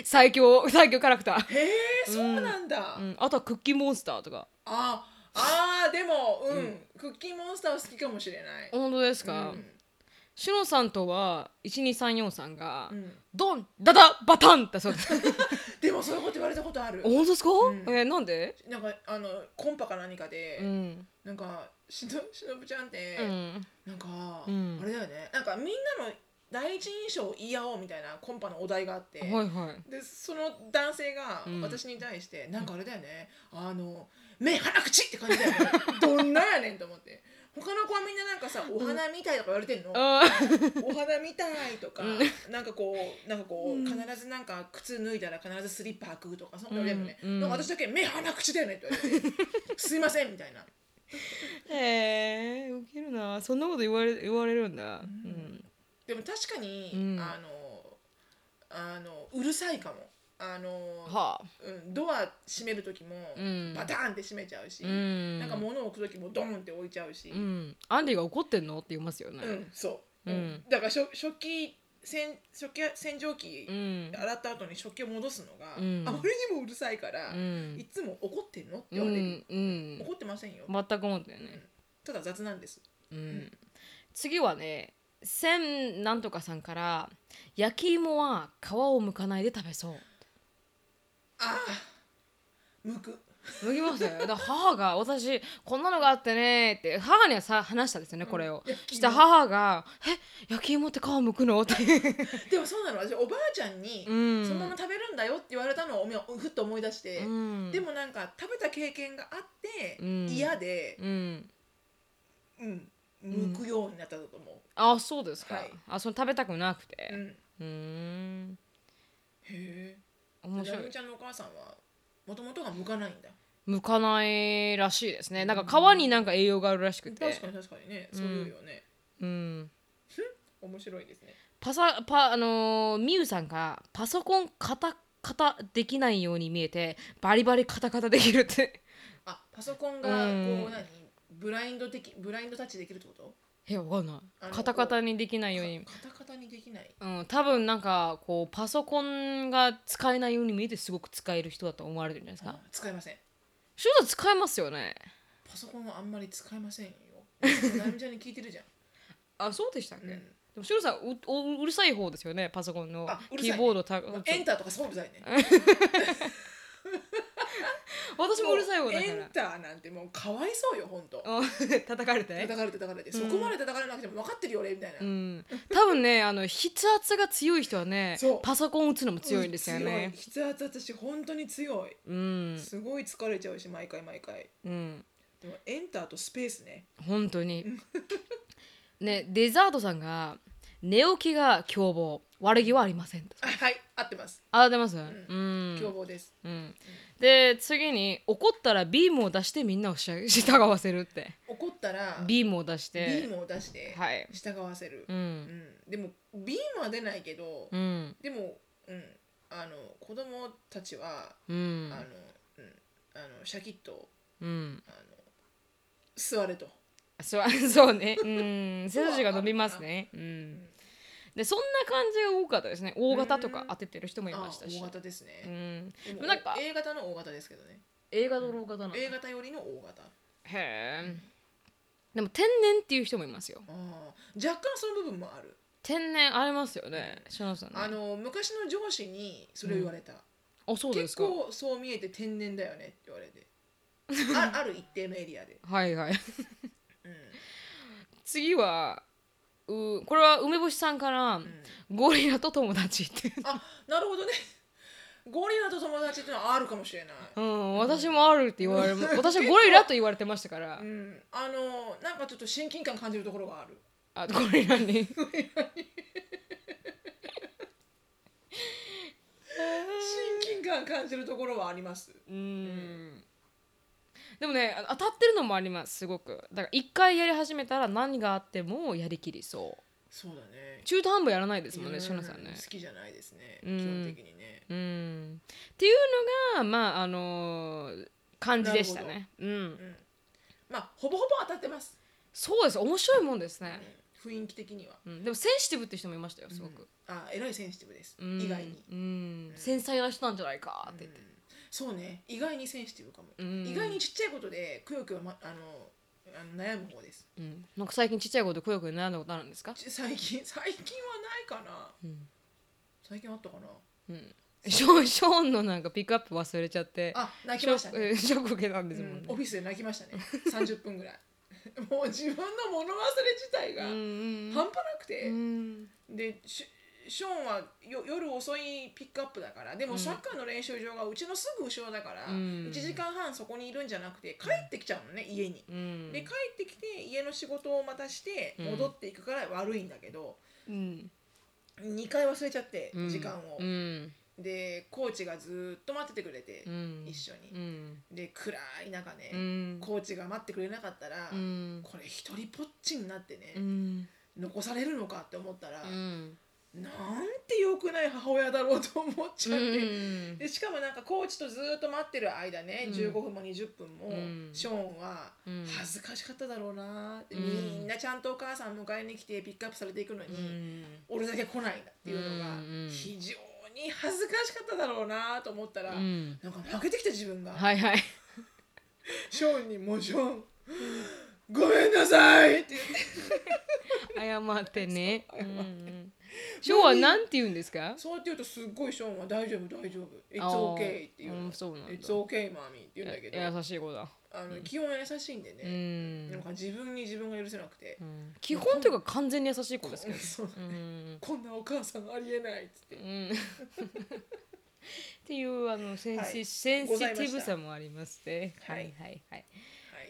最強最強キャラクター、
へえそうなんだ、
うん、あとはクッキーモンスターとか
ああーでもうん、クッキーモンスターは好きかもしれない
本当です
う
か、
ん
しのさんとは12343さんが、
うん
ドンダダバタンだそう です。
でもそういうこと言われたことある
あ本当ですか？
ん
えーなんで？
なんかあのコンパか何かで、
うん
なんかしのしのぶちゃんって、
うん
なんか、
うん
あれだよねなんかみんなの第一印象を言い合おうみたいなコンパのお題があって、
はいはい。
でその男性が
うん
私に対して、なんかあれだよねあの目鼻口って感じだ よねどんなやねんと思って他の子はみんななんかさお花みたいとか言われてんの、
あー
お花みたいとか、なんかこうなんかこう、必ずなんか靴脱いだら必ずスリッパ履くとかそんなのでもね、
うんうん
なんか私だけ目鼻口だよねって言われてすいませんみたいな
へえ受けるな。そんなこと言われ言われるんだ。うん。
でも確かに、
うん
あのあのうるさいかもあの、
はあ。
うん、ドア閉める時も、
うん
バターンって閉めちゃうし、
うん
なんか物を置く時もドーンって置いちゃうし、
う。
うん
アンディが怒ってんのって言いますよね。
そう、
うん
だから食食器洗食器洗浄機、
うん。
洗った後に食器を戻すのが、
うん
あまりにもうるさいから、
うん
いつも怒ってんのって
う
言われる、
んうん。
怒ってませんよ、
全く思ってないね。
ただ雑なんです
うん。次はね。千なんとかさんから焼き芋は皮を剥かないで食べそう。
ああむく
脱ぎますよだから母が私こんなのがあってねって母にはさ話したんですよねこれを、
うん焼き芋
した母が「え焼き芋って皮むくの?」って
でもそうなの私おばあちゃんに、
うん
そのまま食べるんだよって言われたのをおめふっと思い出して、
うん
でもなんか食べた経験があって、
うん
嫌で、
うん
うん、むくようになったと思
あそうですか、
はい
あその食べたくなく
う、う
て
ん、へ
うーん
え
面
ラ
白
ミ
い
ちゃんのお母さんはもともとが向かないんだ
むかないらしいですねなんか皮になんか栄養があるらしく
確
て
かに確かにねそういうよね、
うん
面白いですね
パサパあのーみゆさんがパソコンカタカタできないように見えてバリバリカタカタできるって
あパソコンがこう
うん
何ブラインド的ブラインドタッチできるってこと
えわかんな
あ
い
の
カタカタにできないように
カタカタにできない
うん、多分なんかこうパソコンが使えないように見えてすごく使える人だと思われてるんじゃないですか。
使いません
シュート使えますよね。
パソコンはあんまり使い ませんよラミちゃんに聞いてるじゃん
あそうでしたっけ、
うん
でもシュートさんうおうるさい方ですよねパソコンの
あうるさい
キーボードた、
まあエンターとかそううざいね
私もうるさい方だか
エンターなんてもうかわいそうよ本当
らうん叩かれて
叩かれて叩かれて、
うん
そこまで叩かれなくても分かってるよ俺みたいな、
うん、多分ねあの筆圧が強い人はね
そう
パソコン打つのも強いんですよね
強い筆圧私本当に強い
うん
すごい疲れちゃうし毎回毎回
うん
でもエンターとスペースね
本当にねデザートさんが寝起きが凶暴悪気はありません
あはい合ってます
あ出ますうんん
凶暴です、
うん、で次に怒ったらビームを出してみんなをし従わせるって
怒ったら
ビームを出し
ビ
て
ームを出して
はい
従わせる
う、
うん
ん
でもビームは出ないけど、
うん
でも、うん、あの子供たちは、
うん
あの、うん、あのシャキッと
うん
あの座れと
そう そうねうん背筋が伸びますねうん
ん
でそんな感じが多かったですね大型とか当ててる人もい
あ
ましたし
O 型です
う
ね、
ん
でも
なんか
A 型の O 型ですけどね
映画の大型なの
A 型よりの O 型
へえでも天然っていう人もいますよ
あー若干その部分もある、
天然ありますよね篠野さんね
あの昔の上司にそれを言われた、
あそうです
結
か
構そう見えて天然だよねって言われてあ ある一定のエリアで、
はいはい
うん
次はうこれは梅干しさんから、
うん
ゴリラと友達って いう
あなるほどねゴリラと友達っていうのはあるかもしれない、
うん私もあるって言われ
うん
私はゴリラと言われてましたから
うん、あのなんかちょっと親近感感じるところがある
あゴリラ に
親近感感じるところはあります
うんでもねあ当たってるのもありますすごくだから一回やり始めたら何があってもやりきりそう
そうだね
中途半端やらないですもん
う
ね
ん
篠さんね
好きじゃないですね、
うん
基本的にね
うんっていうのがまああのー感じでしたねうん
うんまあほぼほぼ当たってます、
そうです面白いもんです
うん
ね、
雰囲気的には
うん、でもセンシティブって人もいましたよすごく、
あえらいセンシティブです、
うん、
意外に、
うん繊細な人なんじゃないかって言って
うんそうね意外にセンシティブかも、
うん
意外にちっちゃいことでくよくよ、ま、あのあの悩む方です
うん、なんか最近ちっちゃいことくよくよ悩んだことあるんですか
ち最近 最近はないかな
うん、
最近あったかな
うん、ショーンショーンのなんかピックアップ忘れちゃって
あ泣きました
ショッ
ね、
ク ショック受けたんです
う
もん
ん
ね、
オフィスで泣きましたね30分ぐらい もう自分の物忘れ自体が
うんうん
半端なくて、
うん
でシュショーンはよ夜遅いピックアップだからでもサッカーの練習場がうちのすぐ後ろだから、
うん
1時間半そこにいるんじゃなくて帰ってきちゃうのね家に。
うん
で帰ってきて家の仕事をまたして
うん
戻っていくから悪いんだけど、
うん
2回忘れちゃって
うん
時間を、
うん
でコーチがずっと待っててくれて、
うん
一緒に
う、ん
で暗い中ね、
うん
コーチが待ってくれなかったら、
うん
これ一人ぽっちになってね、
うん
残されるのかって思ったら、
うん
なんて良くない母親だろうと思っちゃって、
うん
でしかもなんかコーチとずっと待ってる間ね、
うん
15分も20分も、
うん
ショーンは
うん
恥ずかしかっただろうなって、
うん
みんなちゃんとお母さん迎えに来てピックアップされていくのに、
うん
俺だけ来ないんだっていうのが
うん
非常に恥ずかしかっただろうなと思ったら、
うん
なんか負けてきた自分が、
はいはい
ショーンにもうショーンごめんなさいって言って
謝ってねうんうんショ
そう謝って
ーンはなんて言うんですか
そうやって言うとすっごいショーンは大丈夫大丈夫 It's
あー
okay って言う
う
の
んそうなんだ
It's okay マミーって言うんだけど
え優しい子だ
あの基本優しいんで
う
ね、なん
ん
か自分に自分が許せなくて、
うん基本というか完全に優しい子ですけど
そう
う
だね
ん
こんなお母さんありえないっつって、
うんっていうあのセンシ、
はい
センシティブさもありまして、
は
はいいはいはい、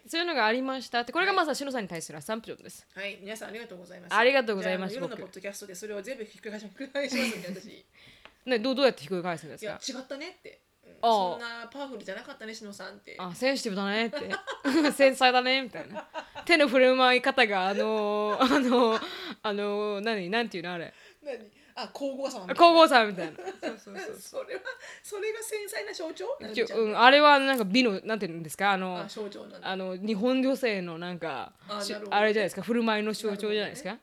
そういうのがありましたってこれがまさしのさんに対するアサンプションです。
はい、はい、皆さんありがとうございます
ありがとうございます
であの夜
僕
のポッドキャストでそれを全部ひっくり返しひっくり返しますんで 私い
ねどうどうやってひっくり返すんです
や
か。
違ったねって、うん
あー
そんなパワフルじゃなかったねしのさんって
あセンシティブだねって 繊細だねみたいな手の振る舞い方があの ー、あのー、あのー、何なんていうのあれ
何あ皇后様みたいな
皇后さんみたいな。そうそう
それはそれが繊細な象徴なん
ち
ち
ょ
ゃ
うん、あれはなんか美のなんていうんですかあの
あ象徴なんだ
あの日本女性のなんか
あ
し
なるほど
あれじゃないですか振る舞いの象徴じゃないですか、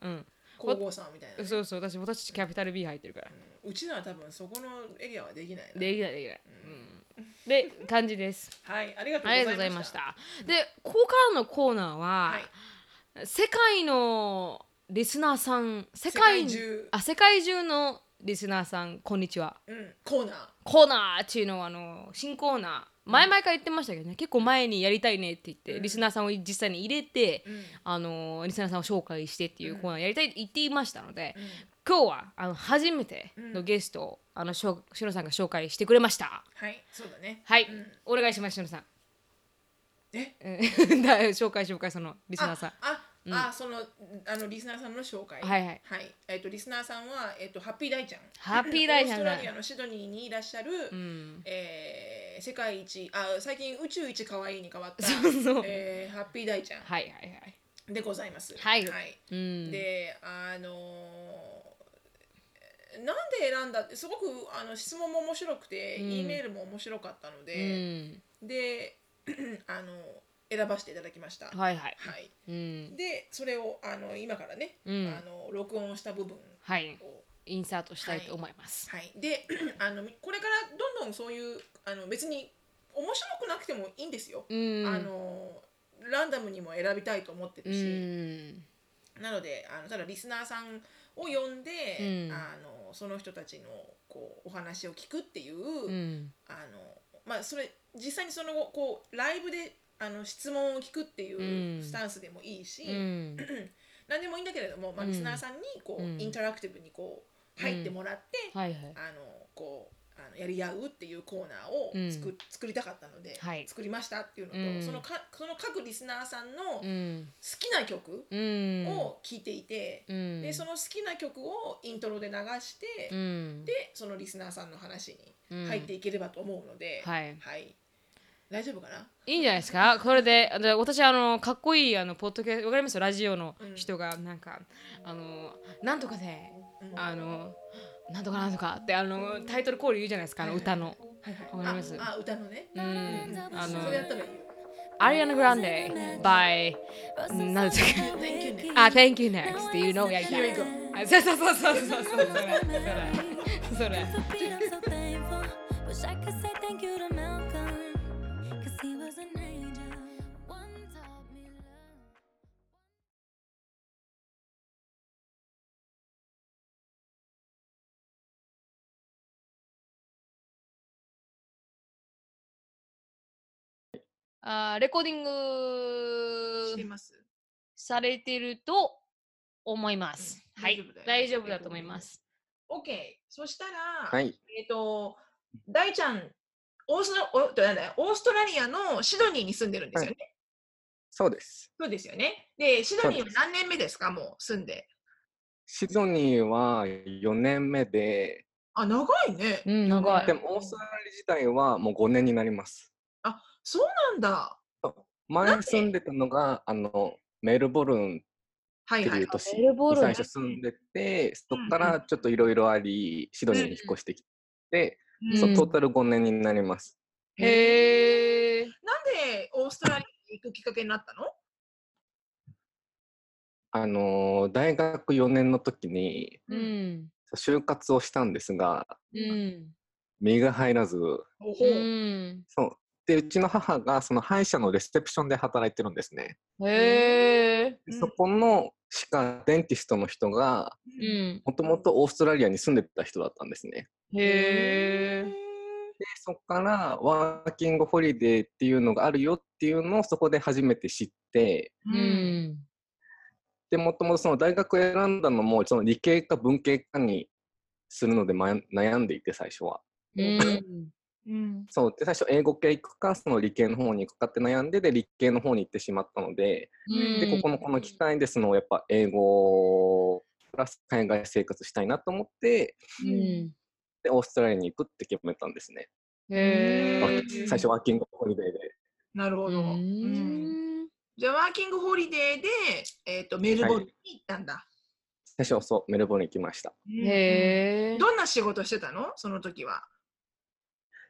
皇后さんみたい
うん
な
そうそう私私たちキャピタル B 入ってるから
うちのは多分そこのエリアはできないな
できないできない、うん、で感じです
はいありがと
ありがと
う
うござ
ござ
い
いま
まし
した
たでここからのコーナーは、
はい
世界のリスナーさん世界
世界中
あ世界中のリスナーさんこんにちは
うんコーナー
コーナーっていうのはあの新コーナー前々から言ってましたけどね結構前にやりたいねって言って、
うん
リスナーさんを実際に入れて、
うん
あのリスナーさんを紹介してっていうコーナーやりたいって言っていましたので、
うん
今日はあの初めてのゲストを、あのしょしのさんが紹介してくれました
はいそうだね
はい、
うん
お願いしますしのさん
え
うん だ紹介紹介そのリスナーさん
ああ、あそのあのリスナーさんの紹介
はいはい
えっ、とリスナーさんはえっ、とハッピーダイちゃん
ハッピーダイちゃん
オー
だ
ストラリアのシドニーにいらっしゃる、
うん
えー世界一あ最近宇宙一可愛いに変わった
そうそう
えーハッピーダイちゃ
はいはいはい
んでございます
はいうん
であのーなんで選んだってすごくあの質問も面白くて、
うん
E メールも面白かったの
う
で、
ん
で あの選ばせていただきました。
はいはい
はい
うん
でそれをあの今からね、
うん
あの録音した部分
はい
を、
インサートしたいと思います
はい、で あのこれからどんどんそういうあの別に面白くなくてもいいんですよ、
うん
あのランダムにも選びたいと思って
う
るし、
ん
なのであのただリスナーさんを呼んで、
うん
あのその人たちのこうお話を聞くっていう、
うん
あのまあ、それ実際にその後こうライブであの質問を聞くっていううんスタンスでもいいし、
うん
何でもいいんだけれども、まあ、
うん
リスナーさんにこう、
うん
インタラクティブにこう入ってもらって、
はいはい
あのこうあのやり合うっていうコーナーを
うん
作,、作りたかったので、
はい
作りましたっていうのと、
うん
そのかその各リスナーさんの好
うん
きな曲
うん
を聴いていて、
うん
でその好きな曲をイントロで流して、
うん
でそのリスナーさんの話
うん
に入っていければと思うので、
はい
大丈夫かない
いんじゃないですかこれでで私あのかっこいいあのポッドキャストわかりますラジオの人がなんか、あのなんとかで
うん
あのなんとかなんとかってあのタイトルコール言うじゃないですかあの歌の、
はいはい
わかります
ああ歌のね、
うん、あの
それやったらいいよ
アリアナ・グランデ by なんですか
Thank you ね
あ Ah,
Ah,
Thank you next っていうのをやりたい
Here we go
あそうそうそうそうそうそうそれそれそれ
For Pete, I'm so thankful. Wish I could say thank you to Malcolm, cause he was an angel. One taught me love.
あレコーディン
して
グ
ます
されてると思います、
うん
はい大
大
丈
丈
夫
夫だよ
だと思います
OK そしたら、
はい。
えっ、と、大ちゃん、オーストおとなんだオーストラリアのシドニーに住んでるんですよね。
そうです。
そうですよね。で、シドニー
そう
は
です
何年目ですか、もう住んで。
シドニーは4年目で、
あ、長いね。
うん長い
でもオーストラリア自体はもう5年になります。
そうなんだ。
前住んでたのが、あの、メルボルン
は
っ
い
て。
はいいう
都市
メルボ
に
ルン
最初住んでて、そこからちょっといろいろあり、シドニーに引っ越してきて、
うん
そううトータル5年になります。
へえ
なんでオーストラリアに行くきっかけになったの
あの、大学4年の時に
うん
就活をしたんですが、
うん
身が入らず、
おほ
う
う。
ん
そう。で、うちの母がその歯医者のレセプションで働いてるんですね。
へえ
で
うん
そこの歯科デンティストの人が
う。ん
もともとオーストラリアに住んでた人だったんですね。
へえ
でそこからワーキングホリデーっていうのがあるよっていうのをそこで初めて知って
う。ん
でもともとその大学を選んだのもその理系か文系かにするのでま悩んでいて最初は。
うん
うん。
そうで最初英語系行くかその理系の方に行くかって悩んでで理系の方に行ってしまったので
うん
でここのこの機会でそのやっぱ英語プラス海外生活したいなと思って
うん
で、オーストラリアに行くって決めたんですね。
へ
わ
え
最初、ワーキングホリデーで。
なるほ
う
ど。うん
ん
じゃあ、ワーキングホリデーで、えっとメルボルンに行ったんだ。
最初、そう、メルボルン行きました。
へえ
どんな仕事してたのその時は。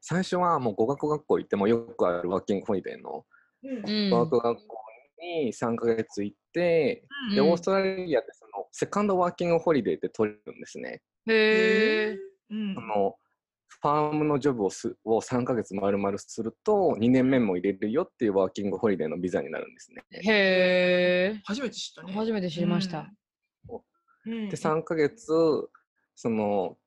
最初はもう語学学校行ってもよくあるワーキングホリデーの
うん
うん
語学学校に3ヶ月行って、で、
うん
オーストラリアってそのセカンドワーキングホリデーって取れるんですね。
へえ
うん
そのファームのジョブをすを3ヶ月丸々すると2年目も入れるよっていうワーキングホリデーのビザになるんですね。
へえ
初めて知ったね。
初めて知りました
うん。
で3ヶ月その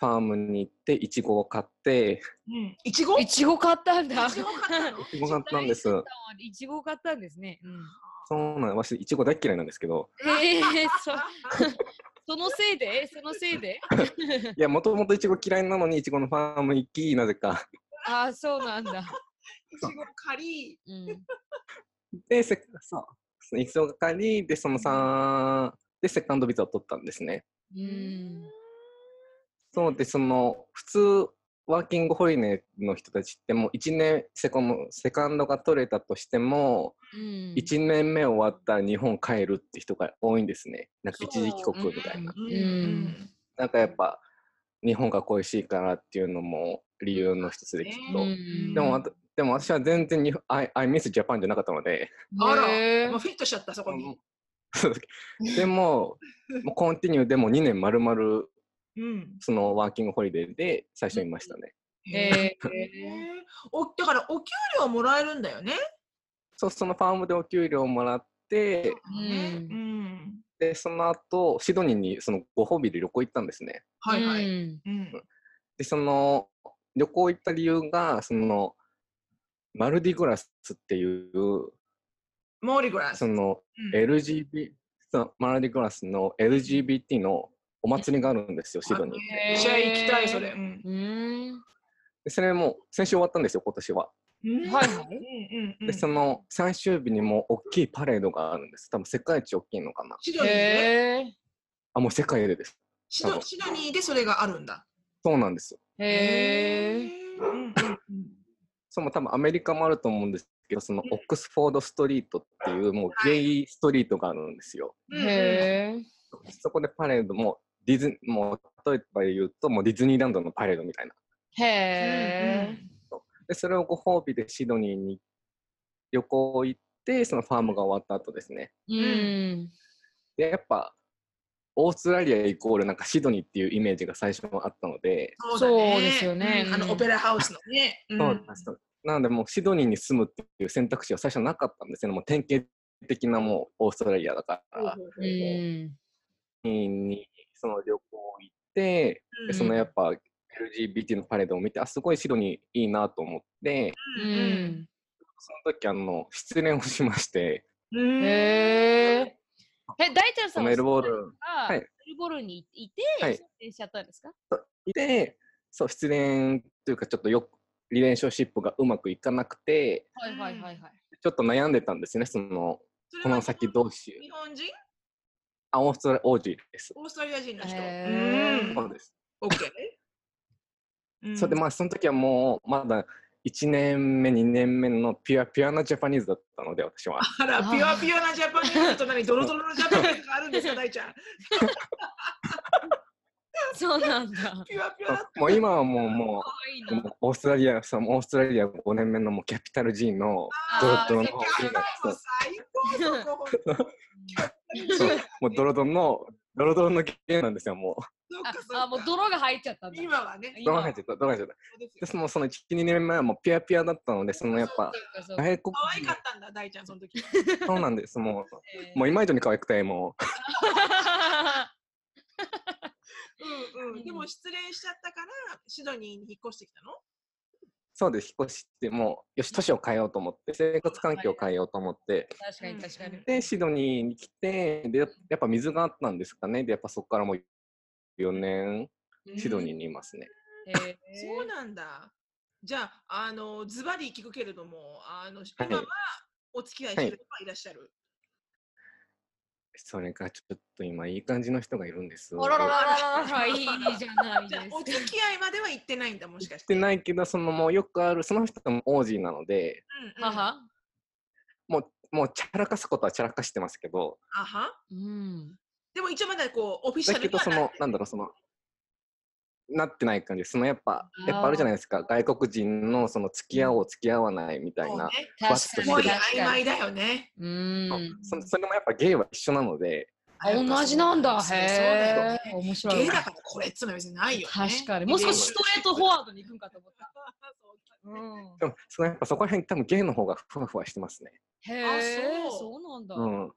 ファームに行ってイチゴを買って
うん。いちご
いちご買ったんだ。
いちご買ったの
イチゴ買ったんです
いちご買ったんですね。うん
そうなん私イチゴ大っ嫌いなんですけど
ええそ そのせいでそのせいで
いやもともとイチゴ嫌いなのにイチゴのファーム行きなぜか
ああそうなんだ。
いちご借り。
うん、
でせそうイチゴ借りでその3でセカンドビザを取ったんですね
うん、
そうでその普通ワーキングホリデーの人たちってもう1年セコムセカンドが取れたとしても、
うん
1年目終わったら日本帰るって人が多いんですねなんか一時帰国みたいな、
うん
うん
なんかやっぱ日本が恋しいからっていうのも理由の一つできっと、
うん
でもあとでも私は全然に I, I miss Japan じゃなかったので
あら、
へえ
もうフィットしちゃった、そこに。
でももうコンティニューでも2年丸々
うん。
そのワーキングホリデーで最初いましたね、
へえ
え。おだからお給料もらえるんだよね。
そうそのファームでお給料もらって、
ね
うん
ん。
で、その後、シドニーにそのご褒美で旅行行ったんですね。
はいはい。
うん
うん。
で、その旅行行った理由が、そのマルディグラスっていう、
モーリーグラス。
その
うん
LGBT、そのマルディグラスの LGBT のお祭りがあるんですよ、シドニーって。
へー
試合行きたい、それ。うん。
うん
でそれも先週終わったんですよ、今年は。
うん
はい
うん
は
うんうん。
で、その最終日にも大きいパレードがあるんです。多分世界一大きいのかな。
シド
い
ニーで
へえ
あ、もう世界でです。
シ
多
ド
分
シドニーでそれがあるんだ。
そうなんですよ。
へえ
ーうんうんうん
それも多分アメリカもあると思うんですけど、そのオックスフォードストリートっていうもうゲイストリートがあるんですよ。
うんう
へ
ん
え
そこでパレードもディズニー、もう例えば言うともうディズニーランドのパレードみたいな。
へ
うんう
え
ん
で、それをご褒美でシドニーに旅行行って、そのファームが終わった後ですね。
うんうん
で、やっぱオーストラリアイコールなんかシドニーっていうイメージが最初もあったので、
そうですよね
うんあ
うん
のオペラハウスのね。うん
そうなんですなのでもうシドニーに住むっていう選択肢は最初なかったんですよね。もう典型的なもうオーストラリアだから。
うん
にその旅行行って、でそのやっぱ LGBT のパレードを見てあすごい白にいいなと思って
う。ん
その時あの失恋をしまして
うん
へええ大ちゃんさんは
メルボルン
あ
はい
メルボルンにいて
はい
出演しちゃったんですか
でそう失恋というかちょっとよリレーションシップがうまくいかなくて
はいはいはいはい
ちょっと悩んでたんですねその
それは
この先どうしよう
日本人
あオーストラオージーです。
オーストラリア人の人。
へー
うん
そうです
オッケー。
それでまあその時はもうまだ1年目2年目のピュアピュアなジャパニーズだったので私は。
あら、ピュアピュアなジャパニーズの隣にドロドロのジャパニーズがあるんですよ、大 ちゃん。
そうなんだ
ピュアピュアだった。
もう今はもうもう
可愛い
もうオーストラリア、そのオーストラリア5年目のもうキャピタル G の、ドロ
あー
ドロの
キャッキャッもう最高そこ。
そうもうドロドロの、ドロドロのゲームなんですよ、も
そっかそっ
な。
か
あ、あもう泥が入っちゃったんだ。
今はね。
う。
今
ドロ入っちゃった、ドロ入っちゃった。
そうですよ
で、もうその1、2年前はもうピュアピュアだったので、そのやっぱ、
そうかそうか
外国
可愛かったんだ、大ちゃん、その時は。
そうなんです、もう、もう今以上に可愛くて、もう、
うんうん。でも失恋しちゃったから、シドニーに引っ越してきたの
そうです、引っ越して、もう、よし、都市を変えようと思って、生活環境を変えようと思って、
確かに確かに。
で、シドニーに来て、で、やっぱ水があったんですかね、で、やっぱそこからもう4年、シドニーにいますね。
えー
そうなんだ。じゃあ、あの、ズバリ聞くけれども、あの、
い
今はお付き合いしてる人がいらっしゃる。
それがちょっと今、いい感じの人がいるんです。
あらららららら、いいじゃない
じゃあ
で、
お
す
付き合いまでは行ってないんだ、もしかし
し
てて。
ないけど、そのもうよくある、その人も王子なので、
うんうん
か。はは。
もうチャラかすことはチャラかしてますけど、
あは。
うん。
でも一応まだこう、オフィシャ
だ
ル
け
に
ど、
は
そ
な
の、なんだろう、その、なってない感じ、そのやっぱ、やっぱあるじゃないですか、外国人のその付き合おう、付き合わないみたいな、
ね。
バスと
確
して
も
か
う
に
る
確
曖
かに。
昧だよね。
うん。
そそれもやっぱゲイは一緒なので、
あ同じなんだ。
そうそうだよ
へ
ね
え。面白
ゲイ
い
だ。からこれっつうのは別にないよ、ね。
確かに。もう少しストレートフォワードに行くんかと思った。うん
でもそのやっぱそこら辺、多分ゲイの方がふわふわしてますね。
へえ
あ。そう
そうなんだ
う。ん。っ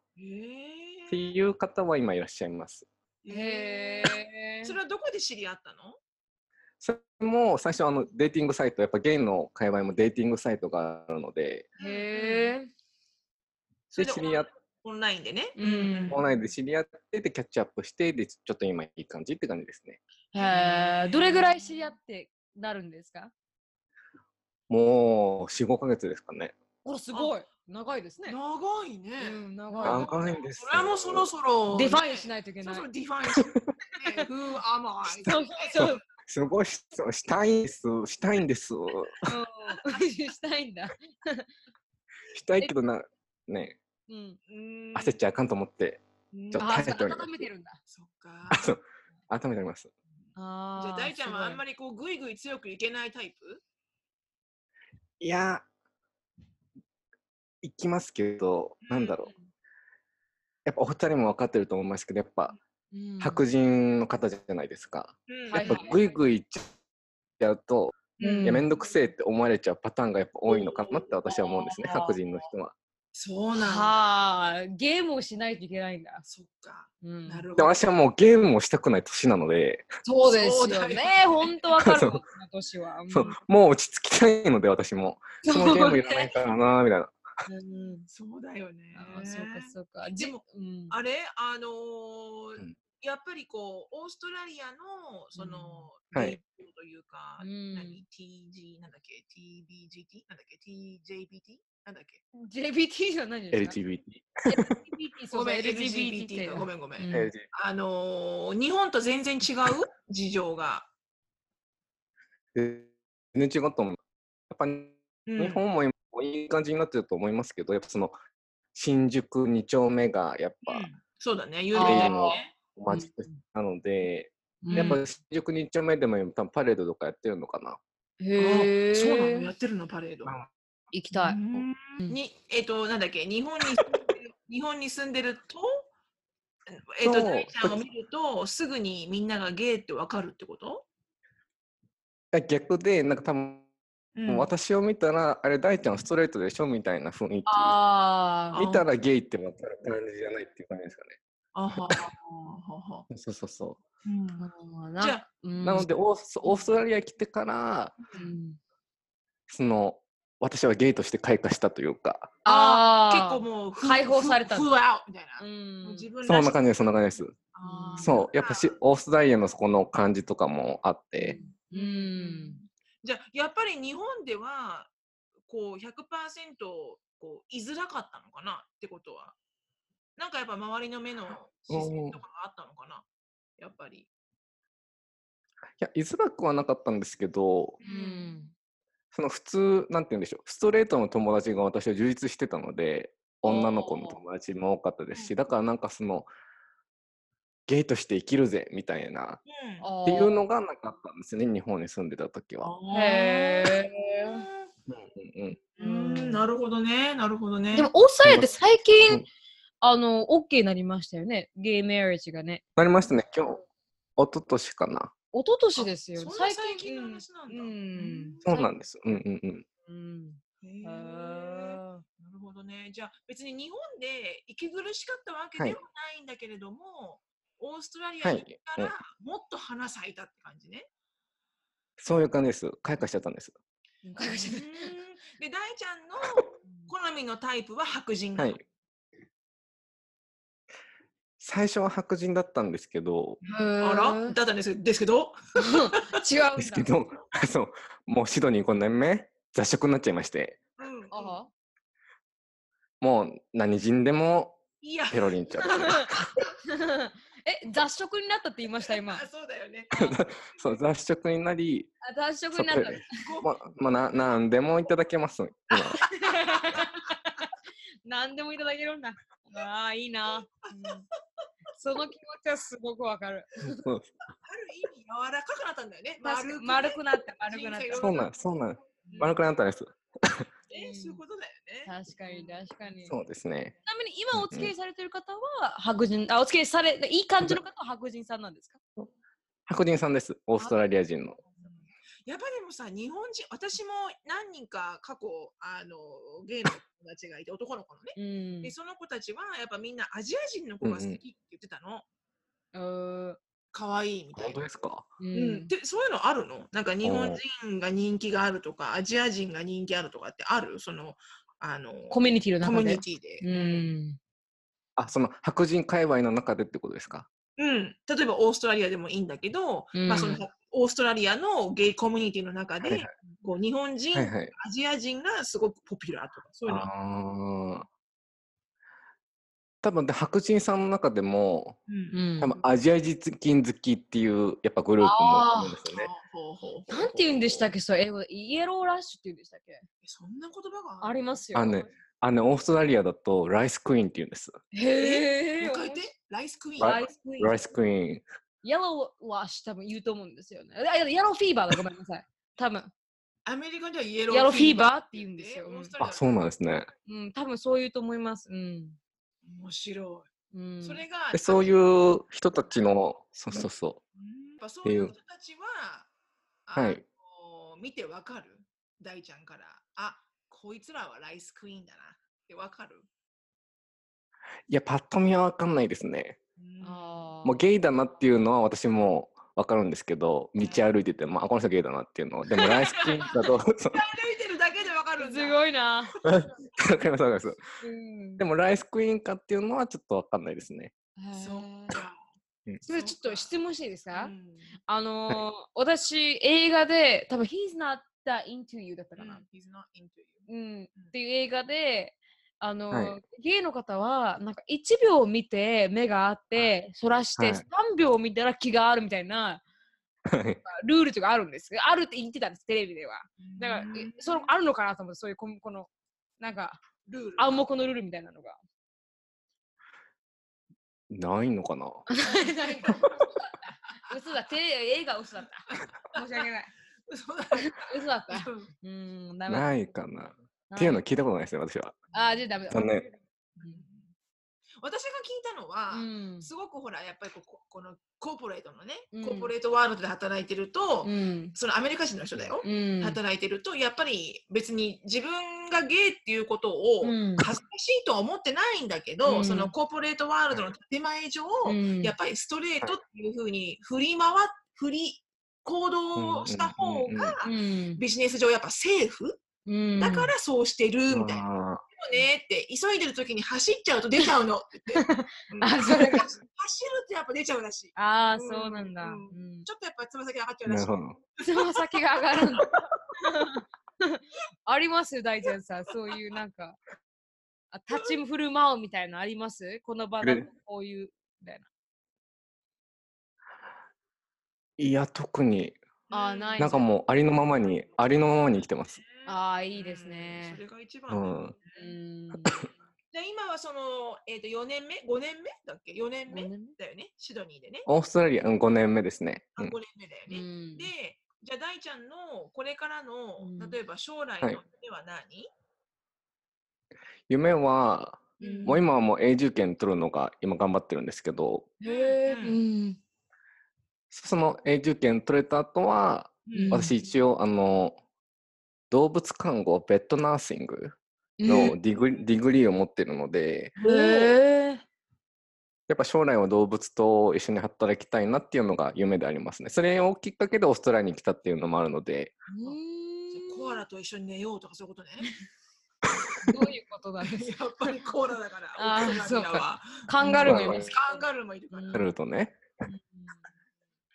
へ
ていう方は今いらっしゃいます。
え
へ
へえ。
え
そ。れはどこで知り合ったの
それも最初あのデーティングサイトやっぱゲイの界隈もデーティングサイトがあるので
へえ。
それ
で
で
知り合っ
オンラインでね。
うん
オンラインで知り合ってでキャッチアップしてでちょっと今いい感じって感じですね
へえ。どれぐらい知り合ってなるんですか
もう45ヶ月ですかね
おら、すごい。長いですね。
長いね。
うん、長い。
長いんです
それはもうそろそろ。
デファインし
い
ないといけ
そ
な
ろ
い
そ。ろディファインし ないとね。Who am I?
そう そう。
すごいそうしたいんですしたいんです
うん握手 したいんだ。
したいけどなね
うん。
うん
焦っちゃあかんと思って
うん
ちょっと
あ
耐
ー、
えております
温めてるんだ。
そっか
あ。そう改めております
あ
じゃあ大ちゃんはあんま
り。
りこうぐいぐい強くいけないタイプ
いや行きますけどなんだろうやっぱお二人も分かってると思いますけどやっぱ
うん
白人の方じゃないですか、
う。うん
は
や
い
っぱグイグイいっちゃうと、
うん
いやめんどくせえって思われちゃうパターンがやっぱ多いのかなって私は思うんですね
うん
白人の人は。
そうなんだ。
はあ、ゲームをしないといけないんだ。
そっか。
うん
なるほ
で
ど。
私はもうゲームをしたくない年なので、
そう
で
ですす
よ
よ
ね
ね。本当わかるわ、この年は。うん
そうもう落ち着きたいので私もそのゲームいらないからなみたいな。
うん
そうだよね。
あーそうかそうか。
で
で
も
も、うん
あれあのー
うん
やっぱりこうオーストラリアのその、
うんはい
レイプというか、
うん
何 TG なんだっけ TBGT なんだっけ TJBT なんだっけ
JBT は何ですか
LGBT。
?LGBT。そうそ
ご
う
めん
LGBT
LGBT
だ
ごめんごめん、
うん
LGBT
あのー日本と全然違う 事情が、
全然違うと思う。やっぱ
うん
日本も今いい感じになってると思いますけど、やっぱその新宿2丁目がやっ
う
ぱ
んそうだね有名だよね
お待ちなので、
うん
やっぱ新宿2丁目でも今多分パレードとかやってるのかな。
へ
あ
え。
そうなのやってるのパレード、
まあ
行きたい。
うんにえっ、となんだっけ日本に住んでる 日本に住んでるとえっ、と
そう
大ちゃんを見るとすぐにみんながゲイってわかるってこと、
いや逆でなんか多分、
うん
私を見たらあれ大ちゃんストレートでしょみたいな雰囲気
ああ。
見たらゲイって分かる感じじゃないっていう感じですか
あははははは、
ねそうそうそう
じ
じゃあ、
うん
なのでオースオーストラリア来てから
うん
その私はゲイとして開花したというか
あ
結
あ。
構もうふ
解放された
ふふわみたい
う。
な、もうん自分
そ
ら
ん
し
な感じですそんな感じです
あー
そうやっぱしオーストラリアのそこの感じとかもあって
うん。
じゃあやっぱり日本ではこう100%こう居づらかったのかなってことはなんかやっぱ周りの目の視線とかがあったのかなやっぱり、
いや居づらくはなかったんですけど
うん。
その普通なんて言うんでしょうストレートの友達が私は充実してたので女の子の友達も多かったですしだからなんかそのゲイとして生きるぜみたいな
あ
あー
っていうのがなかったんですね日本に住んでた時は。
へえ。
うんうん
うんなるほどねなるほどね
でも、オーストラリアって最
う
近
ん、
あの、OK になりましたよね。ゲイメアレージがね。
なりましたね今日一昨年かな
一昨年ですよ
そん。な最近の話なんだ
うんうん。
そうなんです。うんうんうん
うん。
へ
へー
ーなるほどね。じゃあ別に日本で息苦しかったわけ
はい
ではないんだけれども、オーストラリア
はい
に行った
うん
らもっと花咲いたって感じね。
そういう感じです開花しちゃったんです
開花し
う
ちゃ
ーん
っ
で大ちゃんの好みのタイプは白人な
は
の
い最初は白人だったんですけど
あらだったんですですけど。
違うんだ。
ですけど そうもうシドニー5年目雑食になっちゃいまして
うんうん
あは。
もう何人でも
いや。
ペロリンちゃう
え、雑食になったって言いました、今
あ。そうだよ ね。
そう雑食になり
あ雑食
そう
になった
ペ。もう もうな何でもいただけ ます今
何でもいただけるんだ。ああ、いいな、うんその気持ちはすごくわかる。
そう
ある意味柔らかくなったんだよね。
確か
丸くね
丸くなった、丸くなっ
人生
そう
が
なんそうなん悪くなったんです
えそういうことだよ
た。
ね。
確かに、確かに。ち
そ
な
うですね
みに今お付き合いされてる方は白人、あ、お付き合いされ、いい感じの方は白人さんなんですか
白人さんですオーストラリア人の
やっぱでもさ、日本人、私も何人か過去、あの、ゲイの友達がいて、男の子のね。
うん
で、。その子たちは、やっぱみんなアジア人の子が好きって言ってたの。
うー
可愛いみたいな
本当。ですか
うん
うん、でそういうのあるのなんか日本人が人気があるとかアジア人が人気あるとかってあるそのあの
コミュニティの
コミ
中
ュニ
で。
ティで、
うん
あその白人界隈の中でってことですか
うん、例えばオーストラリアでもいいんだけど、
うん
まあ、そのオーストラリアのゲイコミュニティの中で、
はいはい
こう日本人、
はいはい
アジア人がすごくポピュラーとかそういうの、
あー多分で白人さんの中でも
うん
うん
多分アジア人好きっていうやっぱグループもいるんですよね
ほうほうほう
なんて言うんでしたっけ、そう英語でイエローラッシュって言うんでしたっけ
そんな言葉が
あり
ま
ますよ。
あねあのオーストラリアだとライスクイーンって言うんです
へえ
もう一。回言ってライスクイーン
ライス
クイ
ライスクイーン
イエローラッシュ多分言うと思うんですよね。あいやイエローフィーバーだ、ごめんなさい。多分。
アメリカではイエ
イ
ロ
エロー
ー
フィーバーって言うんですよ
オーストラリア
あそうなんですね
うん、多分そう言うと思います。うん。
面白
うん
い、それが
でそういう人たちのそうそうそ
うんやっぱそういう人たちは、
うは
あ
い
の見てわかる大ちゃんから。あ、こいつらはライスクイーンだなってわかる。
いやパッと見は分かんないですね
うん
あー
もうゲイだなっていうのは私も分かるんですけど道歩いててもあこの人ゲイだなっていうのでもライスクイーンだとそう
歩いてるだけでわかるんだ。
す
い。
ごいな。
わかりますわかります
うん
でもライスクイーンかっていうのはちょっと分かんないですね
へー
そっか。
うん
それちょっと質問していいですか、
うん
あのー私映画で多分 He's not that into you だったかな、
He's not into you.
うん、っていう映画で、あの、
は
ゲイの方は、なんか1秒見て目があって、そらして、
はい
3秒見たら気があるみたいな
はい
ルールとかあるんですあるって言ってたんです、テレビでは。だから、
うん
えそのあるのかなと思って、そういうこんこの、なんか
ルール。
暗黙のルールみたいなのが。
ないのか な
嘘だった嘘だ、テレビ映画嘘だった。申し訳ない。
そうだ。
嘘だった。うーん、ダメだ。
ないかなっていうの
は
は聞いたことないですね私は
あー、じゃあダメだ
残。念
私が聞いたのは、
うん。
すごくほら、やっぱりこここのコーポレートのね、
うん
コーポレートワールドで働いてると、
うん。
そのアメリカ人の人だよ。
うん。
働いてるとやっぱり別に自分がゲイっていうことを
うん
恥ずかしいとは思ってないんだけど、
うん
そのコーポレートワールドの建前上、
うん
やっぱりストレートっていうふうに振り回っ振り行動した方
うんうんうん
が
うん
ビジネス上やっぱセーフ
うん
だからそうしてるみたいな。よ
あー
ねって急いでる時に走っちゃうと出ちゃうの って言って、うん
あ
走
そ
る
れが
とやっぱ出ちゃうらしい
ああ、
うん
そうなんだ。
う
うんん
ちょっとやっぱつま先上がっちゃう
な
らし
る
い
ほ
つま
ど
先が上がるんだ。 ありますよ、大ちゃんさん。そういうなんか、あ立ち振る舞うみたいなのありますこの場だとこういう。
いや特に
あーない
なんかもうありのままにありのままに生きてます
ああ、いいです
うん
ね
そ。れが一番
う
だよね、
ん
うーん。
じゃあ今はその、えっと4年目 ?5 年目だっけ ?4 年目
ごめんね
だよねシドニーでね。
オーストラリアうん5年目ですね、
あ
う
5
ん
年目だよ
う
ね。
ん
で、じゃあ大ちゃんのこれからの、
うん
例えば将来
は
の
い
夢は何、
夢は
うん
もう今はもう永住権取るのが今頑張ってるんですけど
へえ。
う
うんん。
その永住権取れた後は
うん
私一応あの動物看護ベッドナーシングのディグリディグリーを持ってるので
へえ。
やっぱ将来は動物と一緒に働きたいなっていうのが夢でありますねそれをきっかけでオーストラリアに来たっていうのもあるので
う
じゃ
ー
あ
ん
コアラと一緒に寝ようとかそういうことね。
どういうことだろう
やっぱりコアラだから。
あー
オーストラリアは
カンガルーもいます。
カンガルーもいるから。
うん
なるとね
うん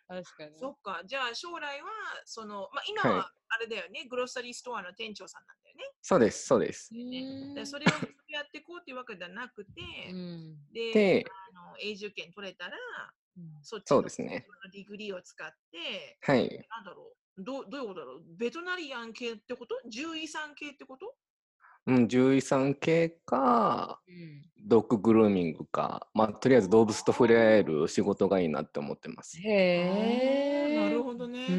確かに。
そっか。じゃあ将来は、その、まあ今ははいあれだよね、グロッサリーストアの店長さんなんだよね。
そうですそうです
うーん
だからそれをやっていこうっていうわけではなくて、
うん
で、
で
あの永住権取れたら、
うん
そっち
そ
の
うですね
ディグリーを使って、
はい
なんだろう、どうどういうことだろう、ベトナリアン系ってこと獣医さん系ってこと
うん獣医さん系か
うん
ドッググルーミングかまあとりあえず動物と触れ合える仕事がいいなって思ってます
へえ。
あーなるほどね。
う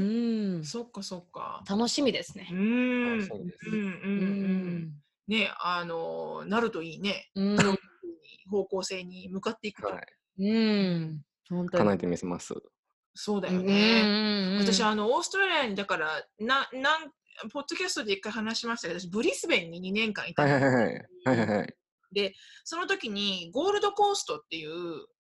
ん。
そっかそっか。
楽しみです
う
ね。
ん。
あそうです
うんうん
う
うん。。ね、あの、なるといいね。
うん。
方向性に向かっていくと。
はい
うん。本当に。
叶えてみせます
そうだ
う
よ
ん
ね。
うんうん
私、あの、オーストラリアに、だから、な、なん、ポッドキャストで一回話しましたけど、私、ブリスベンに2年間いた
はい
の
はいはいはいはいはい
で、その時にゴールドコーストっていう、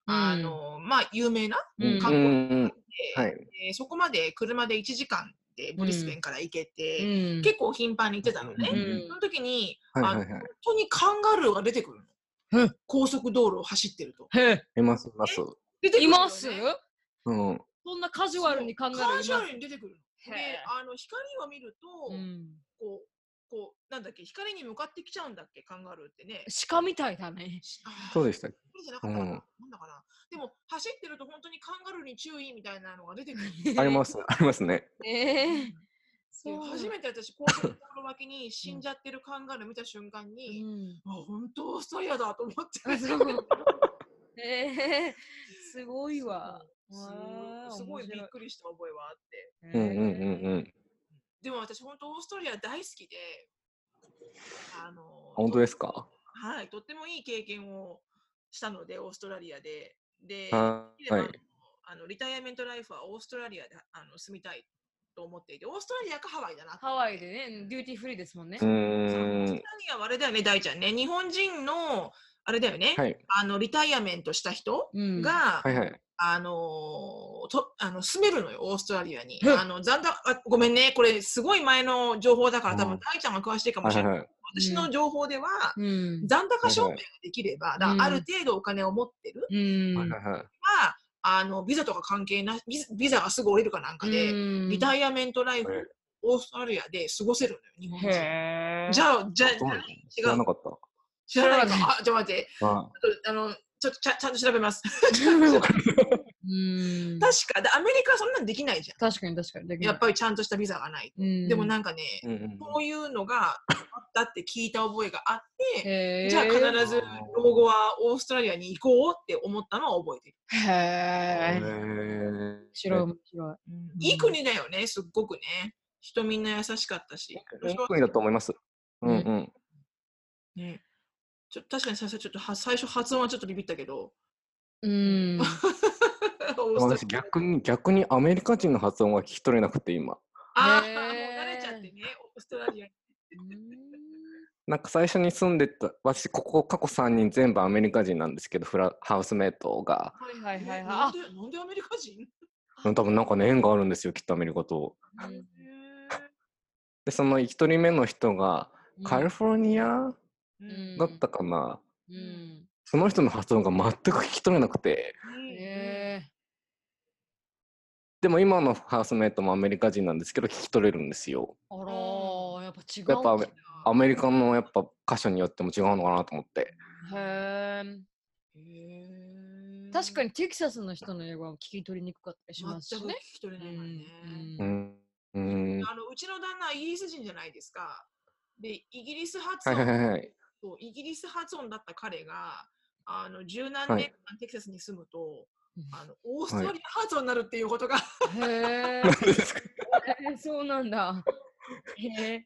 あの、まあ、有名な
うん
観光
う
地
んうん
で、
はい。
えーそこまで車で1時間でブリスベンから行けて、
結
結構頻繁に行ってたのね。
うん
その時に、
はいはい
あの
はい
本当にカンガルーが出てくる
う
の
ん。
高速道路を走ってると。
います、います。
出てく
い
るのね
ます
うん。
そんなカジュアルに考える
そうカジュ
い
アルに出てくるの。
へ
で
え、
あの光を見ると、
ますうん
こう、こう、なんだっけ、光に向かってきちゃうんだっけ、カンガルーってね。
鹿みたいだね。
あー
そうでした。
そうじゃなかったかな、
うん
なんだかな。でも、走ってると本当にカンガルーに注意みたいなのが出 てくる。
あ ります、ありますね。
ええ。
で初めて私、高速道路脇に死んじゃってるカンガルー見た瞬間に、あ、本当オーストリアだと思って。
ええすごいわ。わあ
そうすごい
面
び
白い
っくりした覚えはあって。
うんうんうんうん。
でも私、本当オーストリア大好きで、あの、
本当ですか
はい、とってもいい経験をしたので、オーストラリアで。で、
は
できれば
はい。
あのリタイアメントライフはオーストラリアであの住みたいと思っていて、オーストラリアかハワイだなと
ハ
思っ
ワ
て
イでね、デューティーフリーですもんね
う。
そうオー
ー
ス
ん
ト。ラリアはあれだよね、大ちゃんね。日本人の、あれだよね、
はい。
あのリタイアメントした人
うん
が、
はいはい。
あのーとあの住めるのよ、オーストラリアに。
え
あの残高あごめんね、これすごい前の情報だから、多
う
分
ん
大ちゃんが詳しいかも
は
しれ
い
ない。
はい。
私の情報では、
うん。
残高証明ができれば、だから
うん
ある程度お金を持ってる
うん
はいはいはい。
は、あのビザとか関係なビザ、ビザがすぐ降りるかなんかで、リタ
イ
イアメントライフ、
ええ
オーストラリアで過ごせるのよ、日本人。
へえ。
じゃあ、じゃあ、
そうなの知らなかっ
知らな
知
い
らな
か。あ、ちょっと待って、
た。あ
ちょっとあの、ちょっとちゃちゃんと調べます。
うん。
確か、でアメリカはそんなんできないじゃ
確かに確かに。で
ん。やっぱりちゃんとしたビザがない。
り
でもなんんかね、
うんうん
そういうのがあったって聞いた覚えがあって、
へえ。
じゃあ必ず老後はオーストラリアに行こうって思ったのは覚えてる。
へえ。面
へえ
白い面白
いい国だよね、すっごくね。人みんな優しかったし。
いい国だと思います。うんうん。
ね、ちょ確かに最初ちょっとは最初発音はちょっとビビったけど。
い。うん。
オーストラリ
私
ア
逆に逆にアメリカ人の発音が聞き取れなくて今
ああ、もう
へー
慣れちゃってね、オーストラリア。
なんか最初に住んでた私ここ過去3人全部アメリカ人なんですけどフラハウスメイトが
はいはいはいはい
ねなん
あ
で。なんでアメリカ人
多分なんかね縁があるんですよきっとアメリカと
うん
でその1人目の人がカリフォルニア
う
うんん
だったかな、
うん。
その人の発音が全く聞き取れなくて
へえ。
でも今のハウスメイトもアメリカ人なんですけど聞き取れるんですよ
あらー、やっぱ違う。
やっぱアメリカのやっぱ箇所によっても違うのかなと思って
へえ。
へー
確かにテキサスの人の英語は聞き取りにくかったりします
全
し
く聞
ね。
き取れ
う
ないわね。
ん
う。んうん
あのうちの旦那はイギリス人じゃないですか。で、イギリス発
はいはい
音、
はいはい
そうイギリス発音だった彼が、あの十何
はい
年間テキサスに住むと、
うん
あのオーストラリア発音になるっていうことがわか
うんへえ
何。でですか
へーそうなんだ。へえ。
らな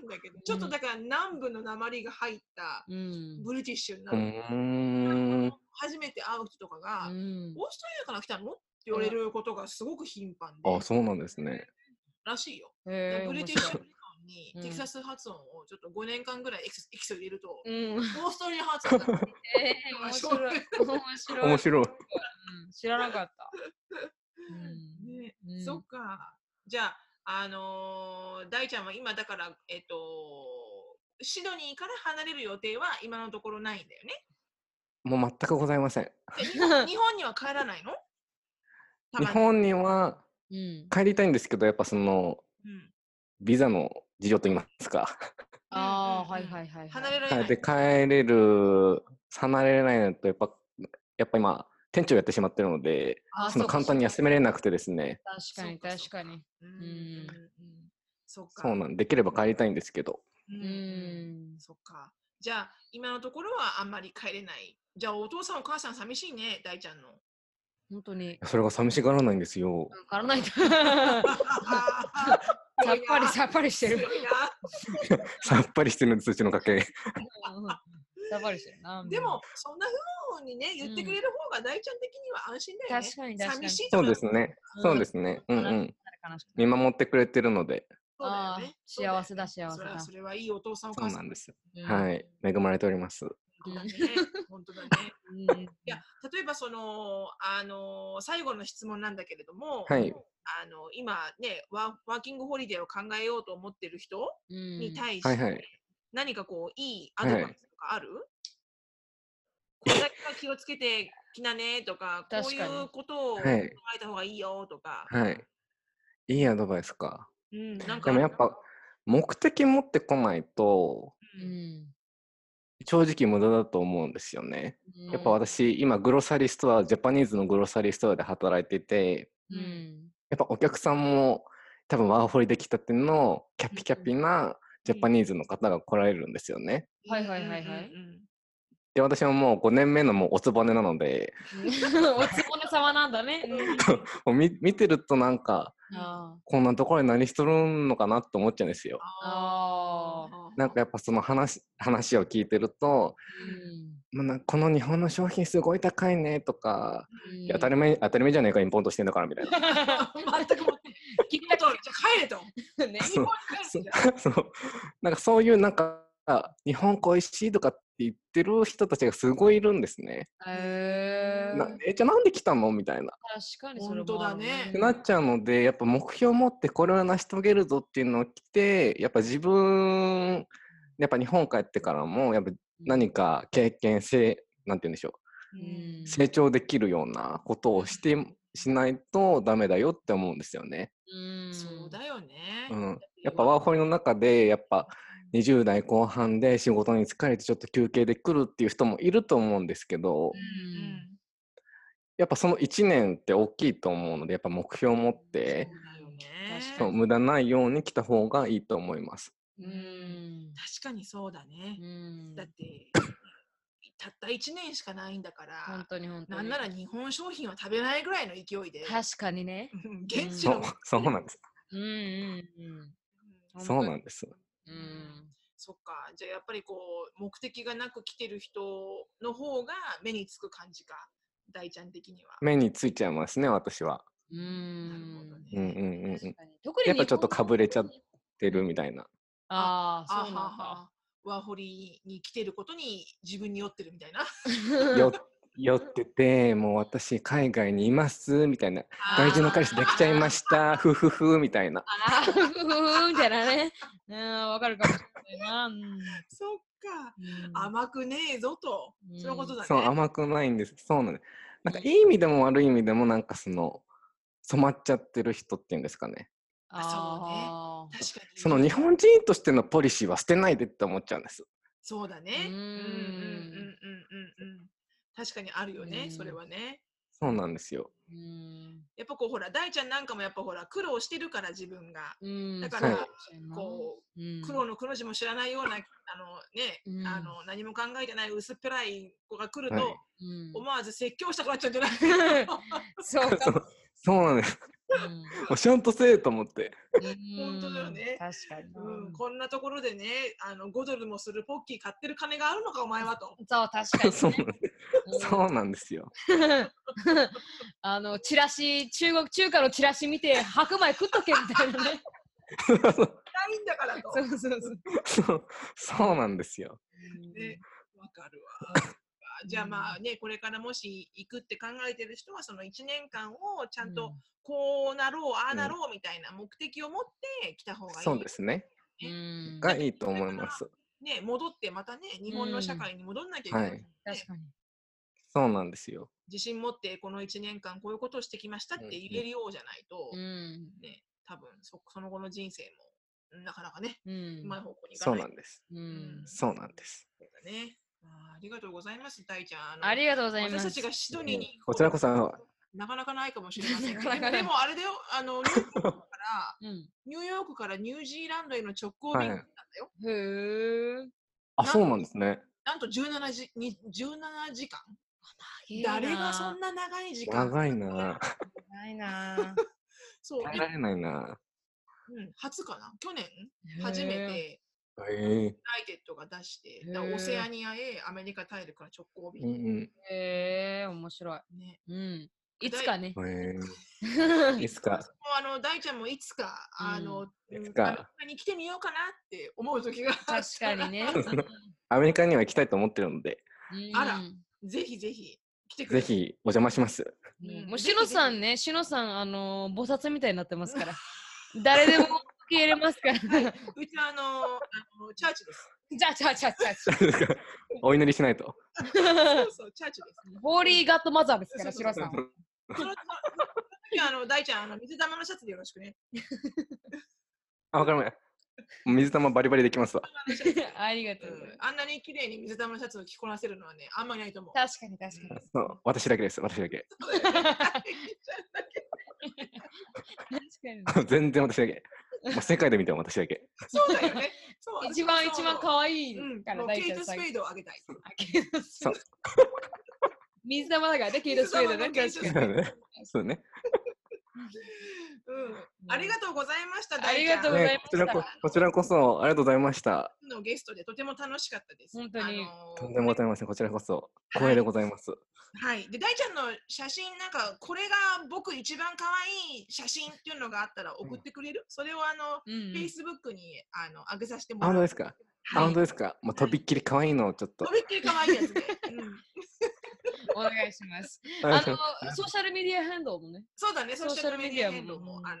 いんだけど、ちょっとだから南部の鉛が入った
うん。
ブリティッシュにな
う
る。
ーん
初めて会う人とかが、
うん
オーストラリアから来たのって言われることがすごく頻繁で、
あそうなんですね
らしいよ。
へえ。
ブリ
面
ティッシュ
白い
理論に
うん
テキサス発音をちょっと5年間ぐらいエキスエキスを入れると、
うん。
オーストラリア発音だから
ええ面白い。面白い。
面白
う
い
ん知らなかった。 うん
ね、
うん
そっか。じゃあ、あのー大ちゃんは今だから、えっ、とシドニーから離れる予定は今のところないんだよね。
もう全くございません
日本には帰らないのた
日
まに。
本には
うん。
帰りたいんですけどやっぱその
うん
ビザの事情と言いますか
あ
うんうんうん
あ、はいはいはいはい。
離れられ
はい
ない。
で帰れる離れられないのとやっぱやっぱ今店長やってしまってるので
あ
その
うか
簡単に休めれなくてですね
確かに確かに。
うんうん
ん
うんそっか。
そうなんできれば帰りたいんですけど
う
うん
うん
ん。
そっか。じゃあ、今のところはあんまり帰れない。じゃあ、お父さんお母さん寂しいね、大ちゃんの。
本当に。
それが寂しがらないんですよ
わから ないと。
さ
さっぱりさっぱりしてる。
さっぱりしてるんですうちの家系
うんさっぱりしてるな。
でも、そんなふうにね、言ってくれる方が大ちゃん的には安心だよね。
確かに確かに
寂しいと
そう
か。
ですねそうですすねうんうん
悲しくな
見
い
守ってくれてるので
そうだよね
あー幸せだ
そうよね
幸せだ
それはそれはいいお父さんお
そう
母
な
さん。
んです
うん
はい恵まれております
当だね。本当だね。
うん
いや、例えばその、あの、最後の質問なんだけれども、
はい
あの、今ねワ、ワーキングホリデーを考えようと思ってる人
うん
に対して、
はいはい
何かこう、いいアドバイスとかある、これだけは気をつけてきなねとか、こう
確
い
かに
うことを考
は
え
い
た方がいいよとか、
はいいいアドバイスか
うん、なんかあ
でも
る
やっぱ目的持ってこないと
う
うん
ん
正直無駄だと思うんですよねやっぱ私今グロサリーストアジャパニーズのグロサリーストアで働いてて
うん
やっぱお客さんも多分ワーホリできたてのキャピキャピなジャパニーズの方が来られるんですよね。
はいはいはいはい
うんうん
で私はもう5年目のもうおつぼねなので
うん おつぼね様なんだね。
うんうん
もう見見てるとなんか
あ
こんなところに何しとるんのかなって思っちゃうんですよ。
あ
なんかやっぱその話話を聞いてると、
ーうん
まあ、なんかこの日本の商品すごい高いねとか、
うん
いや当たり前当たり前じゃないかインポートしてんだからみたいな
全くもって、
聞い
ちょ
た
っとじゃあ帰れと。
けど ね。
そう
帰れと
そうなんかそういうなんか日本恋しいとかって言ってる人たちがすごいいるんですね。
へー
なえじゃあなんで来たのみたいな。
確かにそれ
本当
もあ
だ
る
ね
ね
ってなっちゃうのでやっぱ目標を持ってこれを成し遂げるぞっていうのを来てやっぱ自分やっぱ日本帰ってからもやっぱ何か経験せなんて言うんでしょ
う
うん
ん
う成長できるようなことをしてしないとダメだよって思うんですよね。
うん
そうだよね。
うんやっぱワーホリの中でやっぱ20代後半で仕事に疲れてちょっと休憩で来るっていう人もいると思うんですけど
うん
やっぱその1年って大きいと思うのでやっぱ目標を持っ
そう
て
だよね。
確か
そう無駄ないように来た方がいいと思います。
う
うん
ん
確かにそうだね
う。ん
だって、たった1年しかないんだか
本
ら、
当に本当
なん
に
なら日本商品は食べないぐらいの勢いで、
確かにね。
うん現地
そ
の
う、 そうなんです。
うんうん
う
本当
ん
そ
に
うなんです。
うんうん
そっか、じゃあやっぱりこう、目的がなく来てる人の方が目につく感じか、大ちゃん的には。
目についちゃいますね、私は。
う
なるほ
ん。
ど
うんうん
ね。
うんうん。
確
っ
かに特に
やっぱちょっと
日本
被れちゃてるみたいな。
あ
あ
あ
は
そうなんだ。
はワーホリに来てることに自分に酔ってるみたいな。
よ酔ってて、もう私海外にいますみたいな。外人の彼氏できちゃいました。ふふふみたいな。
あーふふふみたいなね。うん、わかるかもしれないな。うん
そっか。
うん
甘くねえぞと。そういうことだね。
そう、甘くないんです。そうなんです。なんかいい意味でも悪い意味でも、なんかその、染まっちゃってる人っていうんですかね。
あー
確かに。
その日本人としてのポリシーは捨てないでって思っちゃうんです。
そうだね。
う
うんんうんうんうんうんうん。確かにあるよね、
うん
それはね。
そうなんですよ。
うん
やっぱこうほら、大ちゃんなんかもやっぱほら、苦労してるから自分が。
うん
だから、
は
こ
う
う、
ん
苦労の苦労字も知らないような、あのね、
うん
あの、何も考えてない薄っぺらい子が来ると、
はい
うん
思わず説教したくなっちゃうんじゃない
そうかも。
そうなんです。
うん
もうちゃんとせえと思って。
本
本当だよね
確かにな。
うん、こんなところでね、あの5ドルもするポッキー買ってる金があるのか、お前はと。
そう、確 かに。
そうなんです。そうなんですよ。
うんあの、チラシ、中国中華のチラシ見て、白米食っとけみたいな ね。
ないんだからと。
そうそうそう。
そうそうなんですよ。
ね、わかるわ。そっかじゃあまあね、これからもし行くって考えてる人は、その1年間をちゃんとこうなろう、ああなろうみたいな目的を持って来た方がいいよ。
そうですね。
うん。うん
がいいと思います。
ね、戻ってまたね、日本の社会に戻んなきゃいけない。
うんはい
確かに。
そうなんですよ。
自信持ってこの1年間こういうことをしてきましたって言えるようじゃないと、
うん。
ね、多分そその後の人生もなかなかね、
うん
うまい方向にいか
そう
ない
なんです。
うん
そうなんです。
すね。あーありがとうございます、大ちゃん。あの
ありがとうございま
私
す。
たちがシドニーに行く
こちらこそ
なかなかないかもしれませんけど
なかなかね
でもあれだよ、あの、ニューヨークから、
うん。
ニューヨークからニュージーランドへの直行
はい
便だったよ。
へー
あ、そうなんですね。
なんと17時に17時間
長
誰
い
がそんな長い時間
長いな。
ないなぁ。
そう、
耐えられないな。
うん、初かな去年初め
へ
て
え
ライテッドが出して、だか
へー
らオセアニアへアメリカ大陸から直行
ー。う
便。
ん
ー。へえ、面白い。
ね、
うん。いつかね。
うん。えー、いつ
もう
か。
あの大ちゃんもいつか、あの、
う
う
ん
ん
いつか
アメリカに来てみようかなって思う時が
確かにね。
アメリカには行きたいと思ってるので。
あらぜひぜひ来てく
ぜ
ださい。
ひお邪魔します。
うん
うん
もう
ぜひ
しのさんね、しのさん、あのー、菩薩みたいになってますから。誰でも受け入れますから。
うちはあのあのチャー チです。
じゃあ、じゃあ、じゃあ、じゃあ。
お祈りしないと。
そうそう、チャーチです。
ホーリーガッドマザーですから、
そ
し
うそう
のさ
そうん
は。
そのその時はあの大ちゃん、あの水玉のシャツでよろし くね。
あ、わかりました。水玉バリバリできますわ。
ありがと
う
うござい
んあんなに綺麗に水玉のシャツを着こなせるのはね、あんまりないと思う。
ます。確かに、確かに。
そう私だけです、私だけ。
確か
全然私だけ。もう世界で見ても私だけ。
そうだ よね。そう
に。一番、一番
わ
可愛
い
い
か、
からら、
うん、もう
大
ケイ
体
ト・ス
さ
ペ。イドをあげたい。
あケイトスペ
そ
イ
う
ド水玉だからね、ケイトスペードね。
水玉のケイト
確
ス
か
ペ
に
イ。
そうね。
うん、ありがとうございました。
ありがとうござい
ね
ま
こ
し
ち
た
らここちらこそありがとうございました。
す。のゲストでとても楽しかったです。
本当に
あのー
とんでもございません。こちらこそ光栄でございます。
はい。で、大ちゃんの写真、なんか、これが僕一番可愛い写真っていうのがあったら送ってくれる、それをあの、
うんうん
Facebook にあの上げさせても
あ、
らう。
本当ですか。あ、
は
本
い
当。ですか。もうとびっきり可愛いのをちょっと
と。びっきり可愛いやつで。うん
お願いします。
あ
あ
り
の
がとうございます
ー、ソーシャルメディアハンドルもね。
そうだね、ソ
ソ
ー
ー
シ
シ
ャ
ャ
ル
ル
メ
メ
デ
デ
ィ
ィ
ア
ア
変
も
動も、
うん
あのー、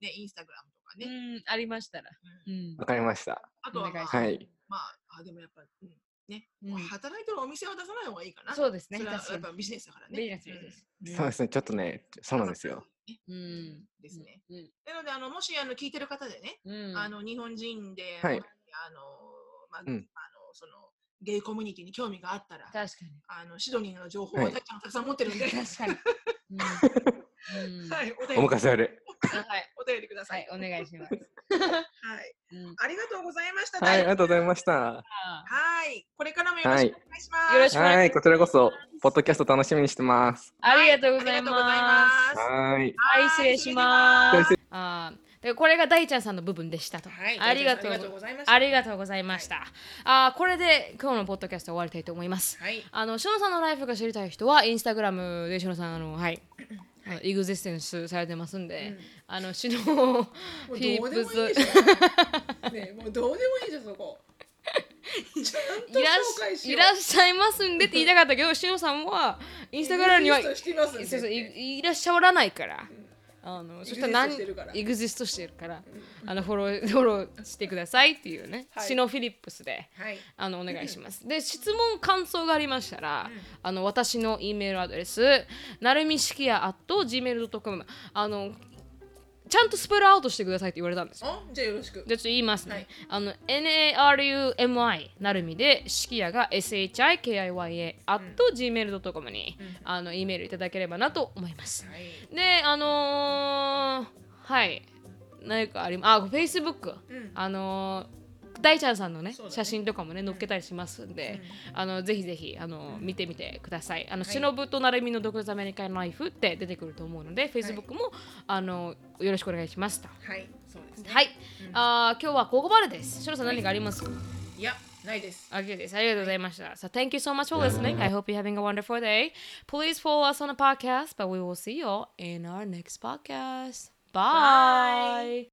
ね、インスタグラムとか
う
ね。
ん、ありましたら。
う
うんん
わ。かりました。
あとは、
お
ま
願
あ、
いします
ま
す。
はい
まあ、あでもやっぱ、うん、ね、
うん
働いてるお店を出さない方がいいかな。
そうですね。
それは
確
や
かに。
っぱビジネスだからね。
ビジネスビジネ
う
ス。
そうですね。ちょっとね、そうんなんですよ。。
う。
うんですね。
うん。
なので、あの、もし、あの、聞いてる方でね、
うん。
あの、日本人で、
はい
あの、まあ、
うん
あの、その、ゲイコミュニティに興味があったら、
確かに。
あの、シドニーの情報
は
はい大ちゃんがたくさん持ってるんで、はい、
確かに。うん うんはい、
お
お
便り
任、せあれ。
お便りくださ
はいい。、お願いします。
はい。
うん
ありがとうございました。。
はい、ありがとうございましたた。
はい。これからもよろしくお願いします。
はいよろしくお願いします
はい、こちらこそ、ポッドキャスト楽しみにしてます。
ありがとうござい
ありがとうございま
ますす。
はい。
はい、失礼します
失
す。あーでこれが大ちゃんさんの部分でしたと。
はい。
ありがと
ありがとう
う。
ございました。
ありがとうございました。あーこれで今日のポッドキャスト終わりたいと思います。
はい。
あの、しのさんのライフが知りたい人は、インスタグラムでしのさん、あの、はい。あのエグゼステンスされてますんで、あの、しの、フ
もう
ィリッ
どうで
プ
も
ス、
いいでしょ。 ねえ、もうどうでもいいでしょ、そ こ。ちゃんと
いら
紹介
っ
し
い
よ
らっしゃいますんで って言いたかったけど、しのさんは、インスタグラムには、
エ
そ
グゼ
う
ストしてますんで
そうい、いらっしゃらないから。あのそしたら
エグゼストしてるから
エグゼストしてるから、あのフォローフォローしてくださいっていうね、
はい
シノフィリップスで
う。はい。
あのお願いします。で質問感想がありましたら、
うん
あの私の E メールアドレスなるみしきや at gmail.com あのちゃんとスペルアウトしてくださいって言われたんですよ。
お、じゃあよろしく。
じゃあちょっと言いますね。
はい
あの NARUMI なるみでしきやが SHIKIYA at gmail.com に、あの E メールいただければなと思います。
はい。
であのー、はい何かありまあ Facebook、
うん
あのー大ちゃんさんのね
そうだね
写真とかもね載っけたりしますんで、あのぜひぜひあの、見てみてください。あの、
はい
忍となるみの独立アメリカンライフって出てくると思うので、Facebook もあのよろしくお願いしますと。
はい。そうですね。
はい、あー今日はここまでです。しろさん何かありますか？
いや、ないです。
Okay, this. ありがとうございました。So thank you so much for listening. I hope you're having a wonderful day. Please follow us on the podcast, but we will see you all in our next podcast. Bye.